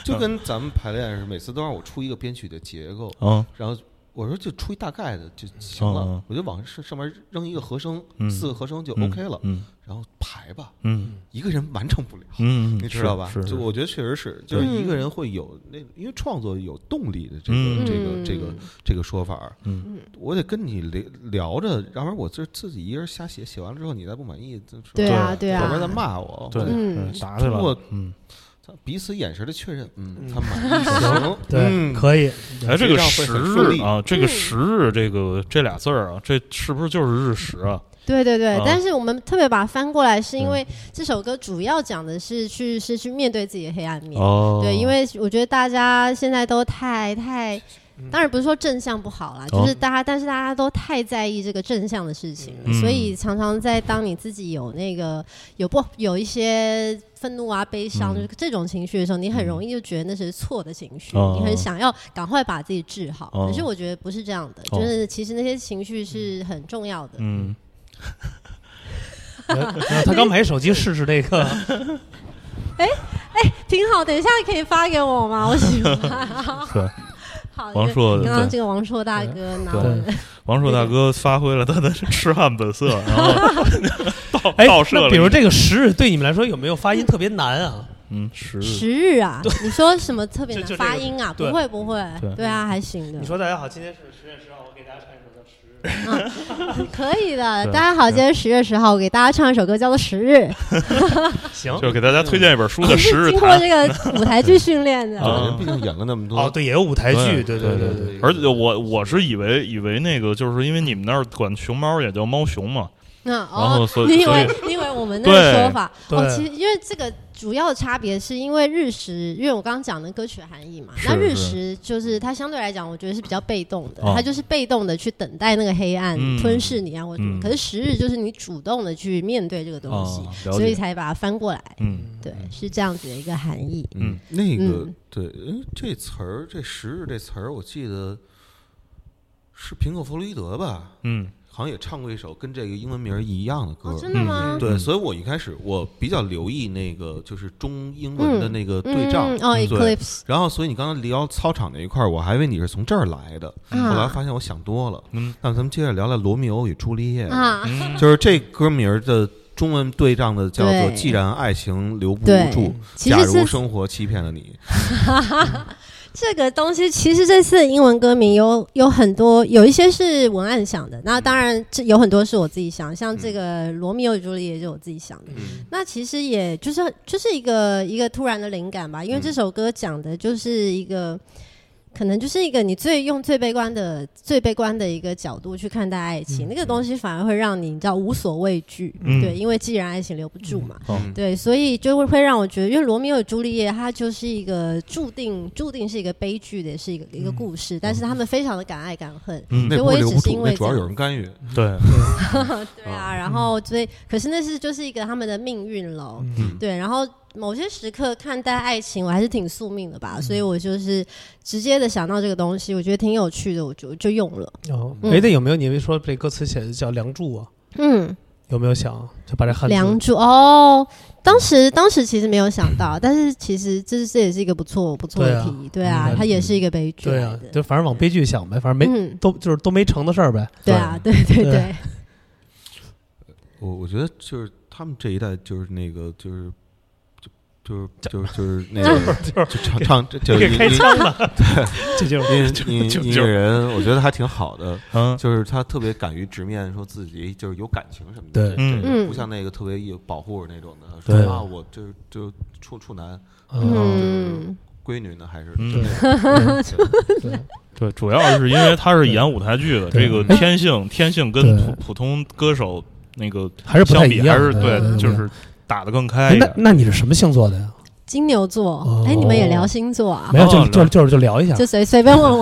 S2: 就跟咱们排练似的，每次都让我出一个编曲的结构，
S4: 嗯
S2: 然后我说就出一大概的就行了，
S4: 嗯嗯
S2: 我就往上上面扔一个和声，
S4: 嗯
S2: 四个和声就
S4: 嗯
S2: OK 了，
S4: 嗯
S2: 然后排吧，
S4: 嗯
S2: 一个人完成不了。
S4: 嗯，
S2: 你知道吧？
S4: 是
S2: 就我觉得确实是，就是
S3: 嗯
S2: 一个人会有那，因为创作有动力的这
S4: 嗯
S2: 个这个这个
S3: 嗯
S2: 这个说法儿，
S4: 嗯
S2: 我得跟你聊聊着，要不然我这自己一个人瞎写，写完了之后你再不满意，这
S3: 对啊，
S4: 对
S3: 对
S2: 要不然
S3: 啊
S2: 再，骂我，
S4: 对
S2: 我得
S3: 嗯
S4: 打起来了，嗯
S2: 彼此眼神的确认，嗯，
S5: 嗯
S2: 他满意行，
S5: 对，
S2: 嗯
S5: 可以，
S4: 哎，这个
S2: 这样
S4: 时
S2: 会很顺
S4: 日
S2: 利
S4: 啊，这个
S3: 嗯
S4: 时日，这个这俩字儿啊，这是不是就是日食啊？
S3: 对对对，
S4: 啊嗯
S3: 但是我们特别把它翻过来，是因为这首歌主要讲的是去是去面对自己的黑暗面。
S4: 哦
S3: 嗯对，因为我觉得大家现在都太太，当然不是说正向不好啦，
S4: 哦
S3: 就是大家，但是大家都太在意这个正向的事情了，
S4: 嗯
S3: 所以常常在当你自己有那个有不有一些愤怒啊、悲伤、就
S4: 嗯
S3: 是这种情绪的时候，你很容易就觉得那是错的情绪，
S4: 哦
S3: 你很想要赶快把自己治好。
S4: 哦
S3: 可是我觉得不是这样的，
S4: 哦
S3: 就是其实那些情绪是很重要的。
S4: 嗯，
S5: 呃他刚买手机试试这个，
S3: 挺好，等一下可以发给我
S4: *laughs*
S3: 吗？我喜欢。
S4: 对，
S3: 好，
S4: 王
S3: 这个
S4: 朔
S3: 嗯刚刚
S4: 对
S3: 这个王朔大哥拿
S4: 对
S3: 我的，
S4: 王朔大哥发挥了他的 *laughs* 痴汉本色，
S3: *laughs*
S4: 然后倒
S5: 哎
S4: 倒，射了
S5: 那
S4: 一。
S5: 比如这个时日对你们来说有没有发音特别难啊？
S4: 嗯，时日
S3: 十日啊，你说什么特别
S5: 就
S3: 难
S5: 就这个
S3: 发音啊？
S5: 对
S3: 不会不会
S4: 对，
S3: 对啊，还行的
S5: 你，说大家好，今天是十月十号，我给大家唱一首叫《十日》。
S3: 可以的。
S4: 对
S3: 大家好，今天十月十号，我给大家唱一首歌，叫做《十日》，
S5: 行
S4: 就是给大家推荐一本书的《 *laughs* 十日
S3: 经
S4: 谈
S3: 过》这个舞台剧训练
S4: *laughs*
S3: 的。
S4: 啊
S2: 人毕竟演了那么
S5: 哦，
S2: 多，
S5: 对，也有舞台剧，
S4: 对
S5: 对
S4: 对
S2: 对
S5: 对
S3: 嗯
S5: 对。
S4: *laughs* 而且我我是以为以为那个就是因为你们那儿管熊猫也叫猫熊嘛，
S3: 那
S4: 然后
S3: 哦，
S4: 所以
S3: 你以
S4: 所以
S3: 为你以为我们那个
S4: 对
S3: 说法
S5: 对
S3: 哦？其实因为这个主要的差别是因为日食，因为我刚刚讲的歌曲含义嘛，
S4: 是
S3: 那日食就是它相对来讲，我觉得是比较被动的
S4: 哦，
S3: 它就是被动的去等待那个黑暗
S4: 嗯
S3: 吞噬你啊，或者什么
S4: 嗯
S3: 可是十日就是你主动的去面对这个东西，
S4: 哦了
S3: 所以
S4: 解，
S3: 才把它翻过来。
S4: 嗯
S3: 对，是这样子的一个含义。
S4: 嗯，
S2: 那个
S3: 嗯
S2: 对，因为这词儿这时日这词儿，我记得是苹果弗洛伊德吧，
S4: 嗯
S2: 好像也唱过一首跟这个英文名儿一样的歌
S3: 哦，，真的吗？
S2: 对，所以我一开始我比较留意那个就是中英文的那个
S3: 嗯
S2: 对仗，
S3: 哦
S2: 对。
S3: ，Eclipse，
S2: 然后，所以你刚才聊操场那一块儿，我还以为你是从这儿来的，
S3: 啊
S2: 后来发现我想多了。
S4: 嗯
S2: 那咱们接着聊聊《罗密欧与朱丽叶》
S3: 啊，
S4: 嗯
S2: 就是这歌名儿的中文对仗的叫做“
S3: 对
S2: 既然爱情留不
S3: 对
S2: 住，
S3: 其
S2: 假
S3: 实
S2: 如
S3: 是
S2: 生活欺骗了你
S3: 这个东西其实这次的英文歌名有有很多，有一些是文案想的，那当然这有很多是我自己想，像这个《罗密欧与朱丽叶》就是我自己想的。那其实也就是就是一个一个突然的灵感吧，因为这首歌讲的就是一个。可能就是一个你最用最悲观的、最悲观的一个角度去看待爱情，那个东西反而会让你你知道无所畏惧，
S4: 嗯
S3: 对，因为既然爱情留不住嘛，
S4: 哦
S3: 对，所以就会会让我觉得，因为《罗密欧与朱丽叶》它就是一个注定注定是一个悲剧的，也是一个一个故事，但是他们非常的敢爱敢恨，
S4: 嗯，
S2: 那
S3: 所以
S2: 不
S3: 我也
S2: 留
S3: 只
S2: 不
S3: 是
S2: 住
S3: 因，为
S2: 那主要
S3: 这样
S2: 有人干预。
S4: 对，
S5: 嗯
S3: *laughs* 对啊，然后所以可是那是就是一个他们的命运喽，
S5: 嗯
S3: 对，然后某些时刻看待爱情，我还是挺宿命的吧，所以我就是直接的想到这个东西，我觉得挺有趣的，我就就用了，
S5: 哦，
S3: 嗯
S5: 哎，那有没有你们说这歌词写的叫《梁祝》啊？
S3: 嗯，
S5: 有没有想就把这汉字？
S3: 梁祝哦，当时当时其实没有想到，但是其实这这也是一个不错不错的
S5: 对啊
S3: 题，对啊
S5: 嗯，
S3: 它也是一个悲剧
S5: 对
S3: 来
S5: 啊
S3: 的，，
S5: 就反正往悲剧想呗，反正没
S3: 嗯，
S5: 都就是都没成的事儿呗。
S3: 对啊，对对对，
S2: 我我觉得就是他们这一代就是那个就是就就是就是就是那个就唱唱就
S5: 给
S2: 是
S5: 开
S2: 音 *laughs*
S5: 枪了，这就是
S2: 音音
S4: 就
S2: 音
S4: 就
S2: 乐人，我觉得还挺好的，
S4: 嗯
S2: 就是他特别敢于直面，说自己就是有感情什么的，
S5: 对
S4: 嗯
S2: 这个
S3: 嗯
S2: 不像那个特别有保护那种的，
S5: 对
S2: 说啊我就是就处处男
S3: 嗯，
S5: 啊
S2: 闺女呢还是
S4: 嗯
S2: 就那种对
S5: 对
S4: 对，主要是因为他是演舞台剧的，
S5: 对
S4: 这个
S5: 哎
S4: 天性天性跟
S5: 对
S4: 普普通歌手那个
S5: 还是不太
S4: 相
S5: 一
S4: 比
S5: 样
S4: 还是
S5: 的。
S4: 对，
S5: 嗯
S4: 就是打得更开
S5: 哎
S4: 一
S5: 那
S4: 点。
S5: 那你是什么星座的呀？
S3: 金牛座
S5: 哦，
S3: 哎，你们也聊星座啊
S5: 没？有，就
S4: 哦
S5: 就就是就聊一下
S3: 就。随随便问问，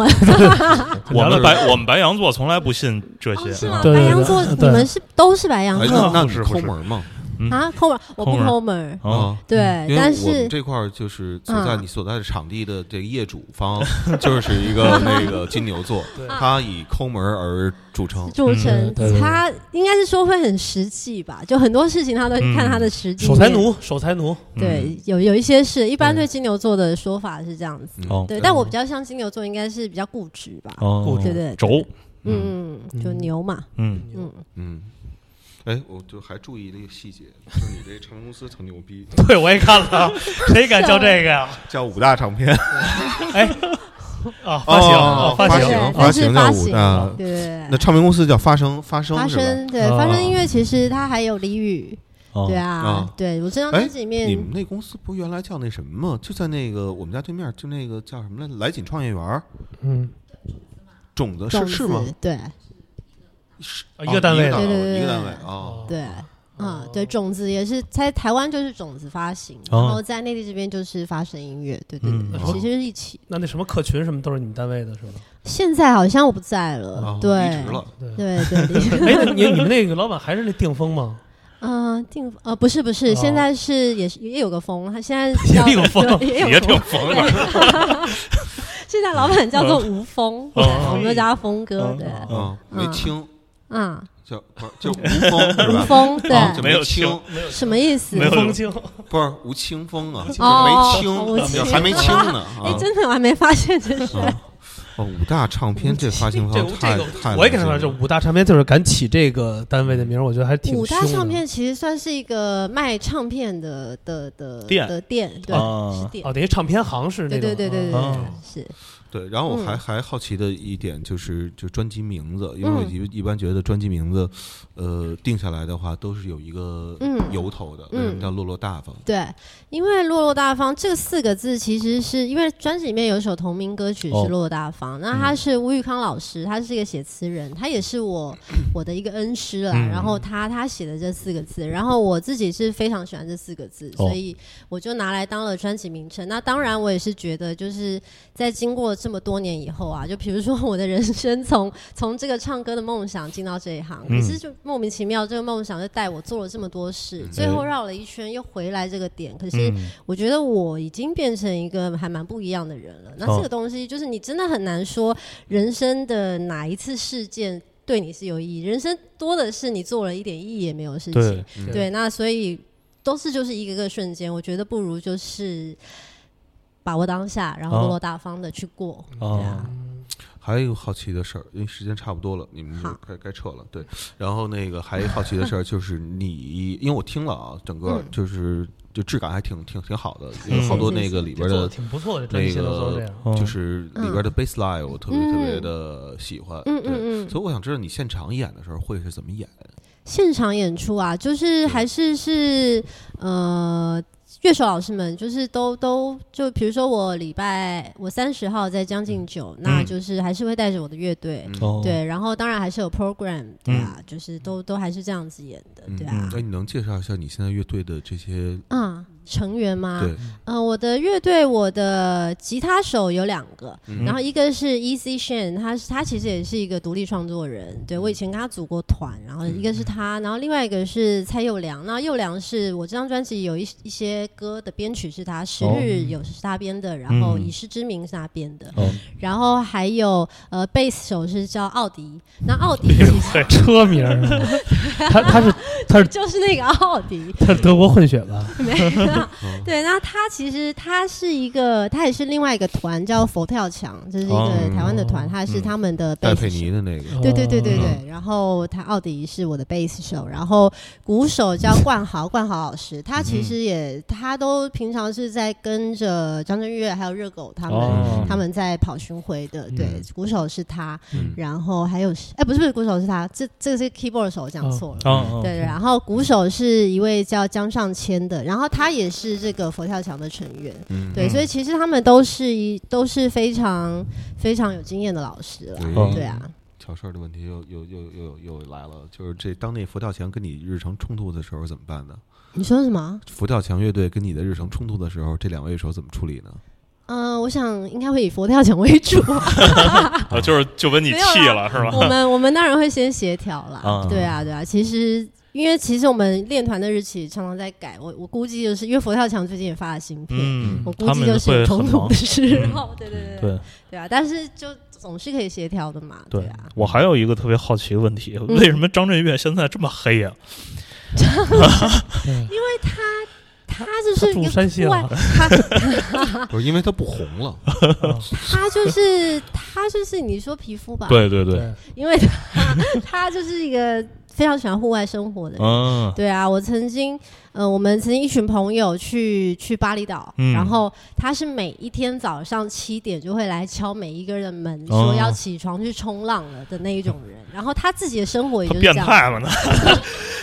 S4: 我
S5: 聊
S4: 们
S5: 聊
S4: 白我们白羊座从来不信这
S3: 哦
S4: 些啊
S3: 是，吗？
S5: 啊对
S3: 白
S5: 对
S3: 羊
S5: 对
S3: 座，你
S5: 对
S3: 们是都是白羊
S2: 哎
S3: 座 *laughs*
S2: 那那
S4: 不
S2: 你
S4: 是不
S2: 抠
S4: 是
S2: 门儿嘛
S3: 啊？抠门，我不
S4: 抠门
S3: 抠门，
S4: 哦，
S3: 对，
S2: 嗯因为
S3: 但
S2: 我们
S3: 是
S2: 这块儿就是所在
S3: 嗯
S2: 你所在的场地的这个业主方就是一
S3: *laughs*
S2: 个那个金牛 *laughs* 座，他以抠门儿而著称。
S3: 主持
S5: 嗯对对对
S3: 他应该是说会很实际吧，就很多事情他都
S4: 嗯
S3: 看他的实际
S5: *laughs* 守
S3: 面。
S5: 财奴，守财奴，
S2: 嗯
S3: 对，有有一些是一般
S5: 对
S3: 对金牛座的说法是这样子，
S2: 嗯
S4: 哦
S3: 对，但我比较像金牛座，应该是比较固执吧，
S4: 哦
S5: 固
S3: 对对，
S4: 轴，
S3: 嗯，就牛嘛，
S4: 嗯，
S3: 嗯，
S2: 嗯，哎，我就还注意了一个细节，就你这唱片公司挺牛逼，
S5: 对我也看了，
S3: *laughs*
S5: 谁敢叫这个呀？
S2: *laughs* 叫五大唱片
S5: 啊，发行，啊
S2: 哦发
S5: 行，
S2: 发
S3: 行发行
S2: 行
S3: 发
S2: 叫
S3: 行
S2: 五大，
S3: 对对对
S2: 那唱片公司叫发声，发声
S3: 发
S2: 是吧？
S3: 声对
S4: 哦
S3: 发声音乐其实它还有俚语，
S4: 哦
S3: 对啊
S2: 啊，
S3: 对我这张
S2: 哎
S3: 专辑里
S2: 你
S3: 面
S2: 们那公司不原来叫那什么吗？就在那个我们家对面，就那个叫什么来，来锦创业园儿，
S5: 嗯，
S2: 种子
S3: 种
S2: 是
S3: 子
S2: 是吗？哦
S3: 对
S2: 是
S5: 啊一个单位的
S2: 哦
S3: 对对对对
S2: 一个单位啊。
S3: 对，
S2: 哦
S3: 啊，对，种子也是在台湾就是种子发行，
S4: 哦
S3: 然后在内地这边就是发神音乐，对对
S4: 嗯
S3: 对，
S5: 哦
S3: 其实是一起。
S5: 那那什么客群什么都是你们单位的是吗？
S3: 现在好像我不在了
S2: 哦，
S3: 嗯对
S2: 离职，了，
S3: 对对对。
S5: *laughs* 哎，那你你们那个老板还是那定峰吗？
S3: 嗯，定呃不是不是，现
S5: 哦
S3: 在是也是也有个风，他现在
S5: 也
S3: 叫
S5: 有风
S3: 对也
S4: 也
S3: 有
S4: 挺
S3: 风。
S4: 疯的。
S3: *laughs* 现在老板叫做吴峰，对
S4: 哦
S3: 我们都叫他峰哥，对，
S2: 嗯，没
S3: 嗯
S2: 听，
S3: 嗯，
S2: 叫不是叫吴
S3: *laughs*
S2: 峰是
S3: 吴
S2: 吧？
S3: 峰
S2: 啊
S3: 对，
S2: 就
S4: 没有
S2: 清，
S4: 听
S3: 什么意思？
S4: *laughs*
S3: 哎
S4: 没有
S5: 风清，
S2: 不是吴青峰啊，就
S3: 哦
S2: 没
S3: 哦吴
S2: 清，就
S3: 青
S2: 还没清
S3: *laughs*
S2: 呢
S3: 哎，
S2: 啊。
S3: 真的我还没发现这是。
S2: 哦，五大唱片这发行
S5: 这
S4: 哦
S2: 方
S5: 个
S2: 太
S5: 这
S2: 太
S5: 个，
S2: 了
S5: 我也跟
S2: 不
S5: 他说，
S2: 起
S5: 这
S2: 了
S5: 五大唱片就是敢起这个单位的名儿，我觉得还挺
S3: 五大
S5: 凶的
S3: 唱片其实算是一个卖唱片的的的
S4: 店
S3: 的店，对，
S4: 啊
S3: 是店，
S5: 哦，等于唱片行是那
S3: 对
S5: 种，
S3: 对对对对
S5: 啊
S3: 对
S4: 哦，
S3: 是，
S2: 对，然后我还、
S3: 嗯
S2: 还好奇的一点就是，就专辑名字，因为我
S3: 嗯
S2: 一一般觉得专辑名字，呃，定下来的话都是有一个
S3: 嗯
S2: 由头的，为什么
S3: 嗯
S2: 叫落落大方？
S3: 对，因为落落大方这四个字，其实是因为专辑里面有一首同名歌曲是
S4: 哦
S3: 落落大方，那他是吴玉康老师，他是一个写词人，他也是
S4: *clears throat*
S3: 我我的一个恩师啦。
S4: 嗯
S3: 然后他他写的这四个字，然后我自己是非常喜欢这四个字，
S4: 哦
S3: 所以我就拿来当了专辑名称。那当然，我也是觉得就是在经过这么多年以后啊，就比如说我的人生从从这个唱歌的梦想进到这一行，
S4: 嗯
S3: 可是就莫名其妙这个梦想就带我做了这么多事，最后绕了一圈又回来这个点。可是
S4: 嗯
S3: 我觉得我已经变成一个还蛮不一样的人了。那
S4: 哦
S3: 这个东西就是你真的很难说人生的哪一次事件。对你是有意义，人生多的是你做了一点意义也没有的事情
S4: 对。啊
S2: 嗯
S3: 对，那所以都是就是一个个瞬间，我觉得不如就是把握当下，然后
S4: 啊
S3: 落落大方的去过。对
S4: 啊
S3: 啊，
S2: 还有一个好奇的事儿，因为时间差不多了，你们就
S3: 好
S2: 该该撤了。对，然后那个还有一个好奇的事儿就是你，因为我听了啊，整个
S3: 嗯
S2: 就是就质感还挺挺挺好的，
S4: 嗯
S2: 有好多
S3: 谢谢
S2: 那个里边
S5: 这做
S2: 的。
S5: 的挺不错的，这专
S2: 那
S5: 辑都做这
S2: 个
S5: 样。
S4: 嗯
S2: 就是里边的 bass line，我特别
S3: 嗯
S2: 特别的喜欢，
S3: 嗯
S2: 对
S3: 嗯嗯，
S2: 所以我想知道你现场演的时候会是怎么演？
S3: 现场演出啊，
S2: 嗯
S3: 就是还是是呃。乐手老师们就是都都就比如说我礼拜我三十号在将近九，那就是还是会带着我的乐队，
S2: 嗯
S4: 哦，
S3: 对，然后当然还是有 program，对啊，就是都都还是这样子演的，对啊
S2: 嗯，，那你能介绍一下你现在乐队的这些？
S3: 啊、成员吗？
S2: 对，
S3: 嗯，我的乐队，我的吉他手有两个，
S2: 嗯
S3: 然后一个是 E C Shan，他是他其实也是一个独立创作人，
S2: 嗯
S3: 对我以前跟他组过团，然后一个是他，然后另外一个是蔡佑良，那佑良是我这张专辑有一一些歌的编曲是他，《十
S4: 哦
S3: 日》有是他编的，然后《
S4: 嗯
S3: 以诗之名》是他编的，
S2: 嗯
S4: 哦
S3: 然后还有呃贝斯手是叫奥迪，那
S2: *laughs*
S3: 奥迪其实 *laughs*
S5: 车名儿是吗？他他是他是
S3: 就是那个奥迪，
S5: 他是德国混血吧？
S3: 没
S2: 哦
S3: 有，对，那他其实他是一个，他也是另外一个团叫佛跳墙，这是一
S4: 哦
S3: 个台湾的团，他是他们的贝
S2: 嗯戴
S3: 斯
S2: 佩
S3: 手
S2: 妮的那
S5: 哦
S2: 个，
S3: 对对对对对，然后他奥迪是我的贝斯手，然后鼓手叫冠豪，冠豪老师，他其实也他都平常是在跟着张震岳还有热狗他们、
S4: 哦
S3: 他们在跑巡回的，对，
S2: 嗯
S3: 鼓手是他，
S2: 嗯
S3: 然后还有是哎不是不是鼓手是他，这这个是 keyboard 手，我讲错了。
S4: 啊啊
S3: 对，然后鼓手是一位叫江上谦的，然后他也是这个佛跳墙的成员，
S2: 嗯，
S3: 对，
S4: 嗯
S3: 所以其实他们都是一都是非常非常有经验的老师了，
S2: 哦
S3: 对啊，
S2: 挑事儿的问题又又又又又来了，就是这当那佛跳墙跟你日常冲突的时候怎么办呢？
S3: 你说什么？
S2: 佛跳墙乐队跟你的日常冲突的时候，这两位乐手怎么处理呢？
S3: 嗯、我想应该会以佛跳墙为主。
S4: 啊，就是就把你
S3: 没有
S4: 气了是
S3: 我
S4: 吧？
S3: 们我们当然会先协调啦。
S4: 啊
S3: 对啊，对啊。其实因为其实我们练团的日期常常在改，我我估计就是因为佛跳墙最近也发了新片，
S4: 嗯
S3: 我，估
S4: 他
S3: 计
S4: 们
S3: 就是
S4: 会
S3: 有冲
S4: 很
S3: 突
S4: 忙
S3: 的。时候。对对对
S4: 对
S3: 对啊！但是就总是可以协调的嘛。啊，嗯
S4: 我还有一个特别好奇的问题，为什么张震岳现在这么黑呀？
S5: 对
S3: 他就
S5: 嗯他
S3: 是一
S5: 住
S3: 个
S5: 山西啊
S3: 户
S5: 了
S3: 外，他
S2: 不是因为他不红了，
S3: 他就是他就是你说皮肤吧，，
S4: 对对对，
S5: 对，
S3: 因为他 *laughs* 他就是一个非常喜欢户外生活的人。
S4: 嗯，
S3: 对啊，我曾经，呃，我们曾经一群朋友去去巴厘岛，
S4: 嗯
S3: 然后他是每一天早上七点就会来敲每一个人的门，
S4: 哦
S3: 说要起床去冲浪了的那一种人。然后他自己的生活也
S4: 他
S3: 就是这 *laughs*
S4: 变
S3: 样，
S4: 态嘛，那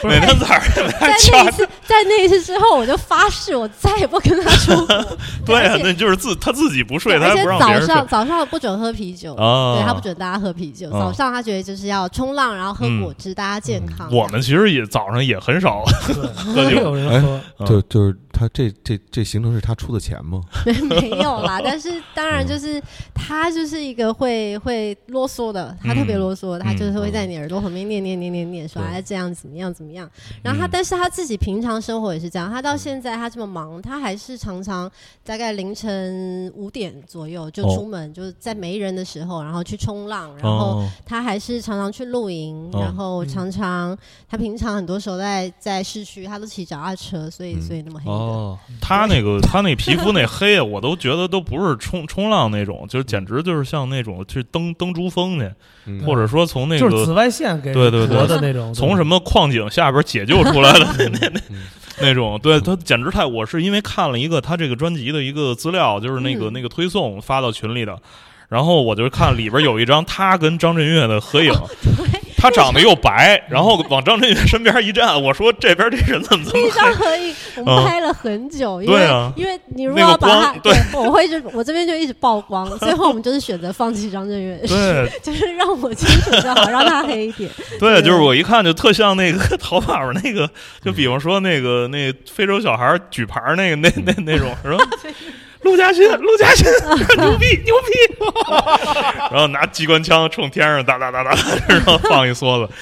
S4: 美男子儿，
S3: 在那一次，在那一次之后，我就发誓，我再也不跟他出国。
S4: *laughs* 对啊
S3: 而，且
S4: 那就是自他自己不
S3: 对
S4: 睡，他
S3: 而
S4: 还
S3: 且
S4: 不让别
S3: 早
S4: 人睡
S3: 上早上不准喝啤酒，
S4: 啊
S3: 对他不准大家喝啤酒。
S4: 哦嗯
S3: 早上他觉得就是要冲浪，然后喝果汁，大家健康。
S4: 我们其实也早上也
S3: *laughs*
S4: 很少 *laughs* 喝
S5: 没
S4: 酒，
S5: 有人喝，
S4: 嗯
S2: 就就是他这这这行程是他出的钱吗？
S3: 没 *laughs* 没有
S4: *laughs*
S3: 啦，但是当
S4: 嗯
S3: 然就是他就是一个会会啰嗦的，他
S4: 嗯
S3: 特别啰嗦，他就是会在你耳朵旁边念念念念念说
S4: 对
S3: 哎这样怎么样怎么样。然后他
S4: 嗯
S3: 但是他自己平常生活也是这样，他到现在他这么忙，他还是常常大概凌晨五点左右就
S4: 哦
S3: 出门，就是在没人的时候，然后去冲浪，然后
S4: 哦
S3: 他还是常常去露营，
S4: 哦
S3: 然后
S5: 嗯
S3: 常常他平常很多时候在在市区，他都骑脚踏车，所以
S4: 嗯
S3: 所以那么黑的。
S2: 哦，
S4: 他那个他那皮肤那黑啊，我都觉得都不是冲冲浪那种，就是简直就是像那种去登登珠峰去，
S2: 嗯
S4: 或者说从那
S5: 就是
S4: 个
S5: 紫外线给
S4: 对对对
S5: 隔的那种，
S4: 从什
S5: 么
S4: 么矿井下边解救出来的那那那
S2: 嗯
S4: 那种，对他简直太，我是因为看了一个他这个专辑的一个资料，就是那个
S3: 嗯
S4: 那个推送发到群里的。然后我就看里边有一张他跟张震岳的合影，他长得又白，然后往张震岳身边一站，我说这边这人怎 *laughs* 么这
S3: 那
S4: 么
S3: 张
S4: 黑？
S3: 合影我们
S4: 嗯
S3: 拍了很久，因
S4: 对
S3: 为
S4: 啊
S3: 因为你如果
S4: 那个
S3: 要把它
S4: 光，对，
S3: 我会就我这边就一直曝
S4: *laughs*
S3: 光，最后我们就是选择放弃张震岳的事，
S4: 对
S3: *laughs* 就是让我清楚就
S4: *laughs*
S3: 好，让他黑一点。
S4: 对，就是我一看就特像那个 *laughs* 淘宝上那个，就比方说那个那非洲小孩举牌那个那
S3: 嗯
S4: 那那种，
S3: *laughs*
S4: 是吧？陆嘉欣，陆嘉欣， *laughs* 牛逼牛逼！ *laughs* 然后拿机关枪冲天上哒哒哒哒，然后放一梭子，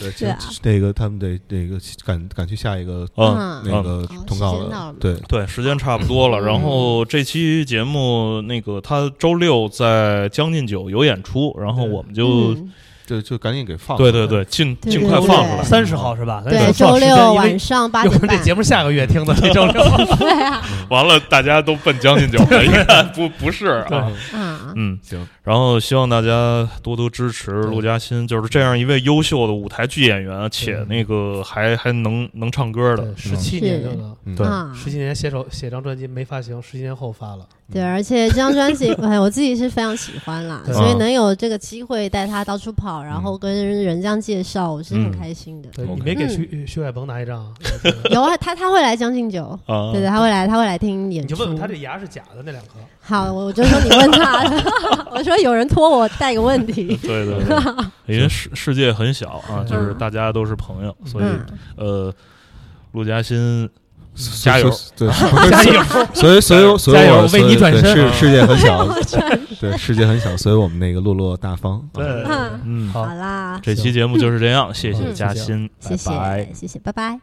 S2: 对，
S3: 对啊
S2: 这这个他们得那个赶赶去下一个
S4: 嗯。
S3: 嗯，
S2: 那个
S3: 嗯
S2: 通告
S3: 时间到了
S2: 了
S3: 吗，
S2: 对，
S4: 对，时间差不多了。然
S3: 嗯
S4: 后这期节目，那个他周六在将进酒有演出，然后我们就
S3: 嗯
S2: 就就赶紧给放了，
S4: 对对对，尽
S3: 对
S4: 尽
S3: 对
S4: 快
S3: 对
S4: 放出来。
S5: 三十号是吧？
S3: 对，周六晚上八
S5: 我
S3: 点
S5: 们这
S3: 半，
S5: 节目下个月听的，这
S4: *laughs*
S5: 周六
S3: 对啊，
S4: 完了，大家都奔将进酒了，一看不不是啊。
S3: 啊，
S4: 嗯，
S2: 行，
S4: 然后希望大家多多支持陆嘉欣，就是这样一位优秀的舞台剧演员，且那个还还能能唱歌的。
S5: 十七年这个。
S2: 嗯
S4: 对
S3: 啊
S5: 十七年写首写张专辑没发行，十七年后发了。
S3: 对，而且这张专
S4: *laughs*
S3: 辑，哎，我自己是非常喜欢啦，
S5: 对
S3: 所以
S4: 啊
S3: 能有这个机会带他到处跑，然后跟人这样介绍，我是很
S4: 嗯
S3: 开心的。
S5: 对
S2: OK
S5: 你
S3: 嗯
S5: 没给徐徐海鹏拿一张
S3: *laughs*
S5: 啊，
S3: 有啊，他他会来将进酒，
S4: 啊，
S3: 对对，他会来，他会来听演
S5: 你
S3: 出。
S5: 就问问他这牙是假的
S3: *laughs*
S5: 那两颗。
S3: 好，我我就说你问他，我说有人托我带个问题。
S4: 对对对，因为世世界很小啊，就是大家都是朋友，所以
S3: 嗯，
S4: 呃，陆嘉欣加油，
S2: 对，
S5: 加油！
S2: 所以，所以，所以
S5: 加油
S2: 我，
S5: 为你转身
S2: 所以对世
S4: 啊
S2: 世界很小，
S3: 我转
S2: 对，世界很小，所以我们那个落落大方。
S5: *laughs* 对
S3: 嗯
S4: 嗯，
S5: 好
S3: 好啦，
S4: 这期节目就是这样，谢谢
S3: 嗯
S4: 嘉欣，
S3: 谢
S4: 拜拜
S3: 谢谢谢，拜拜。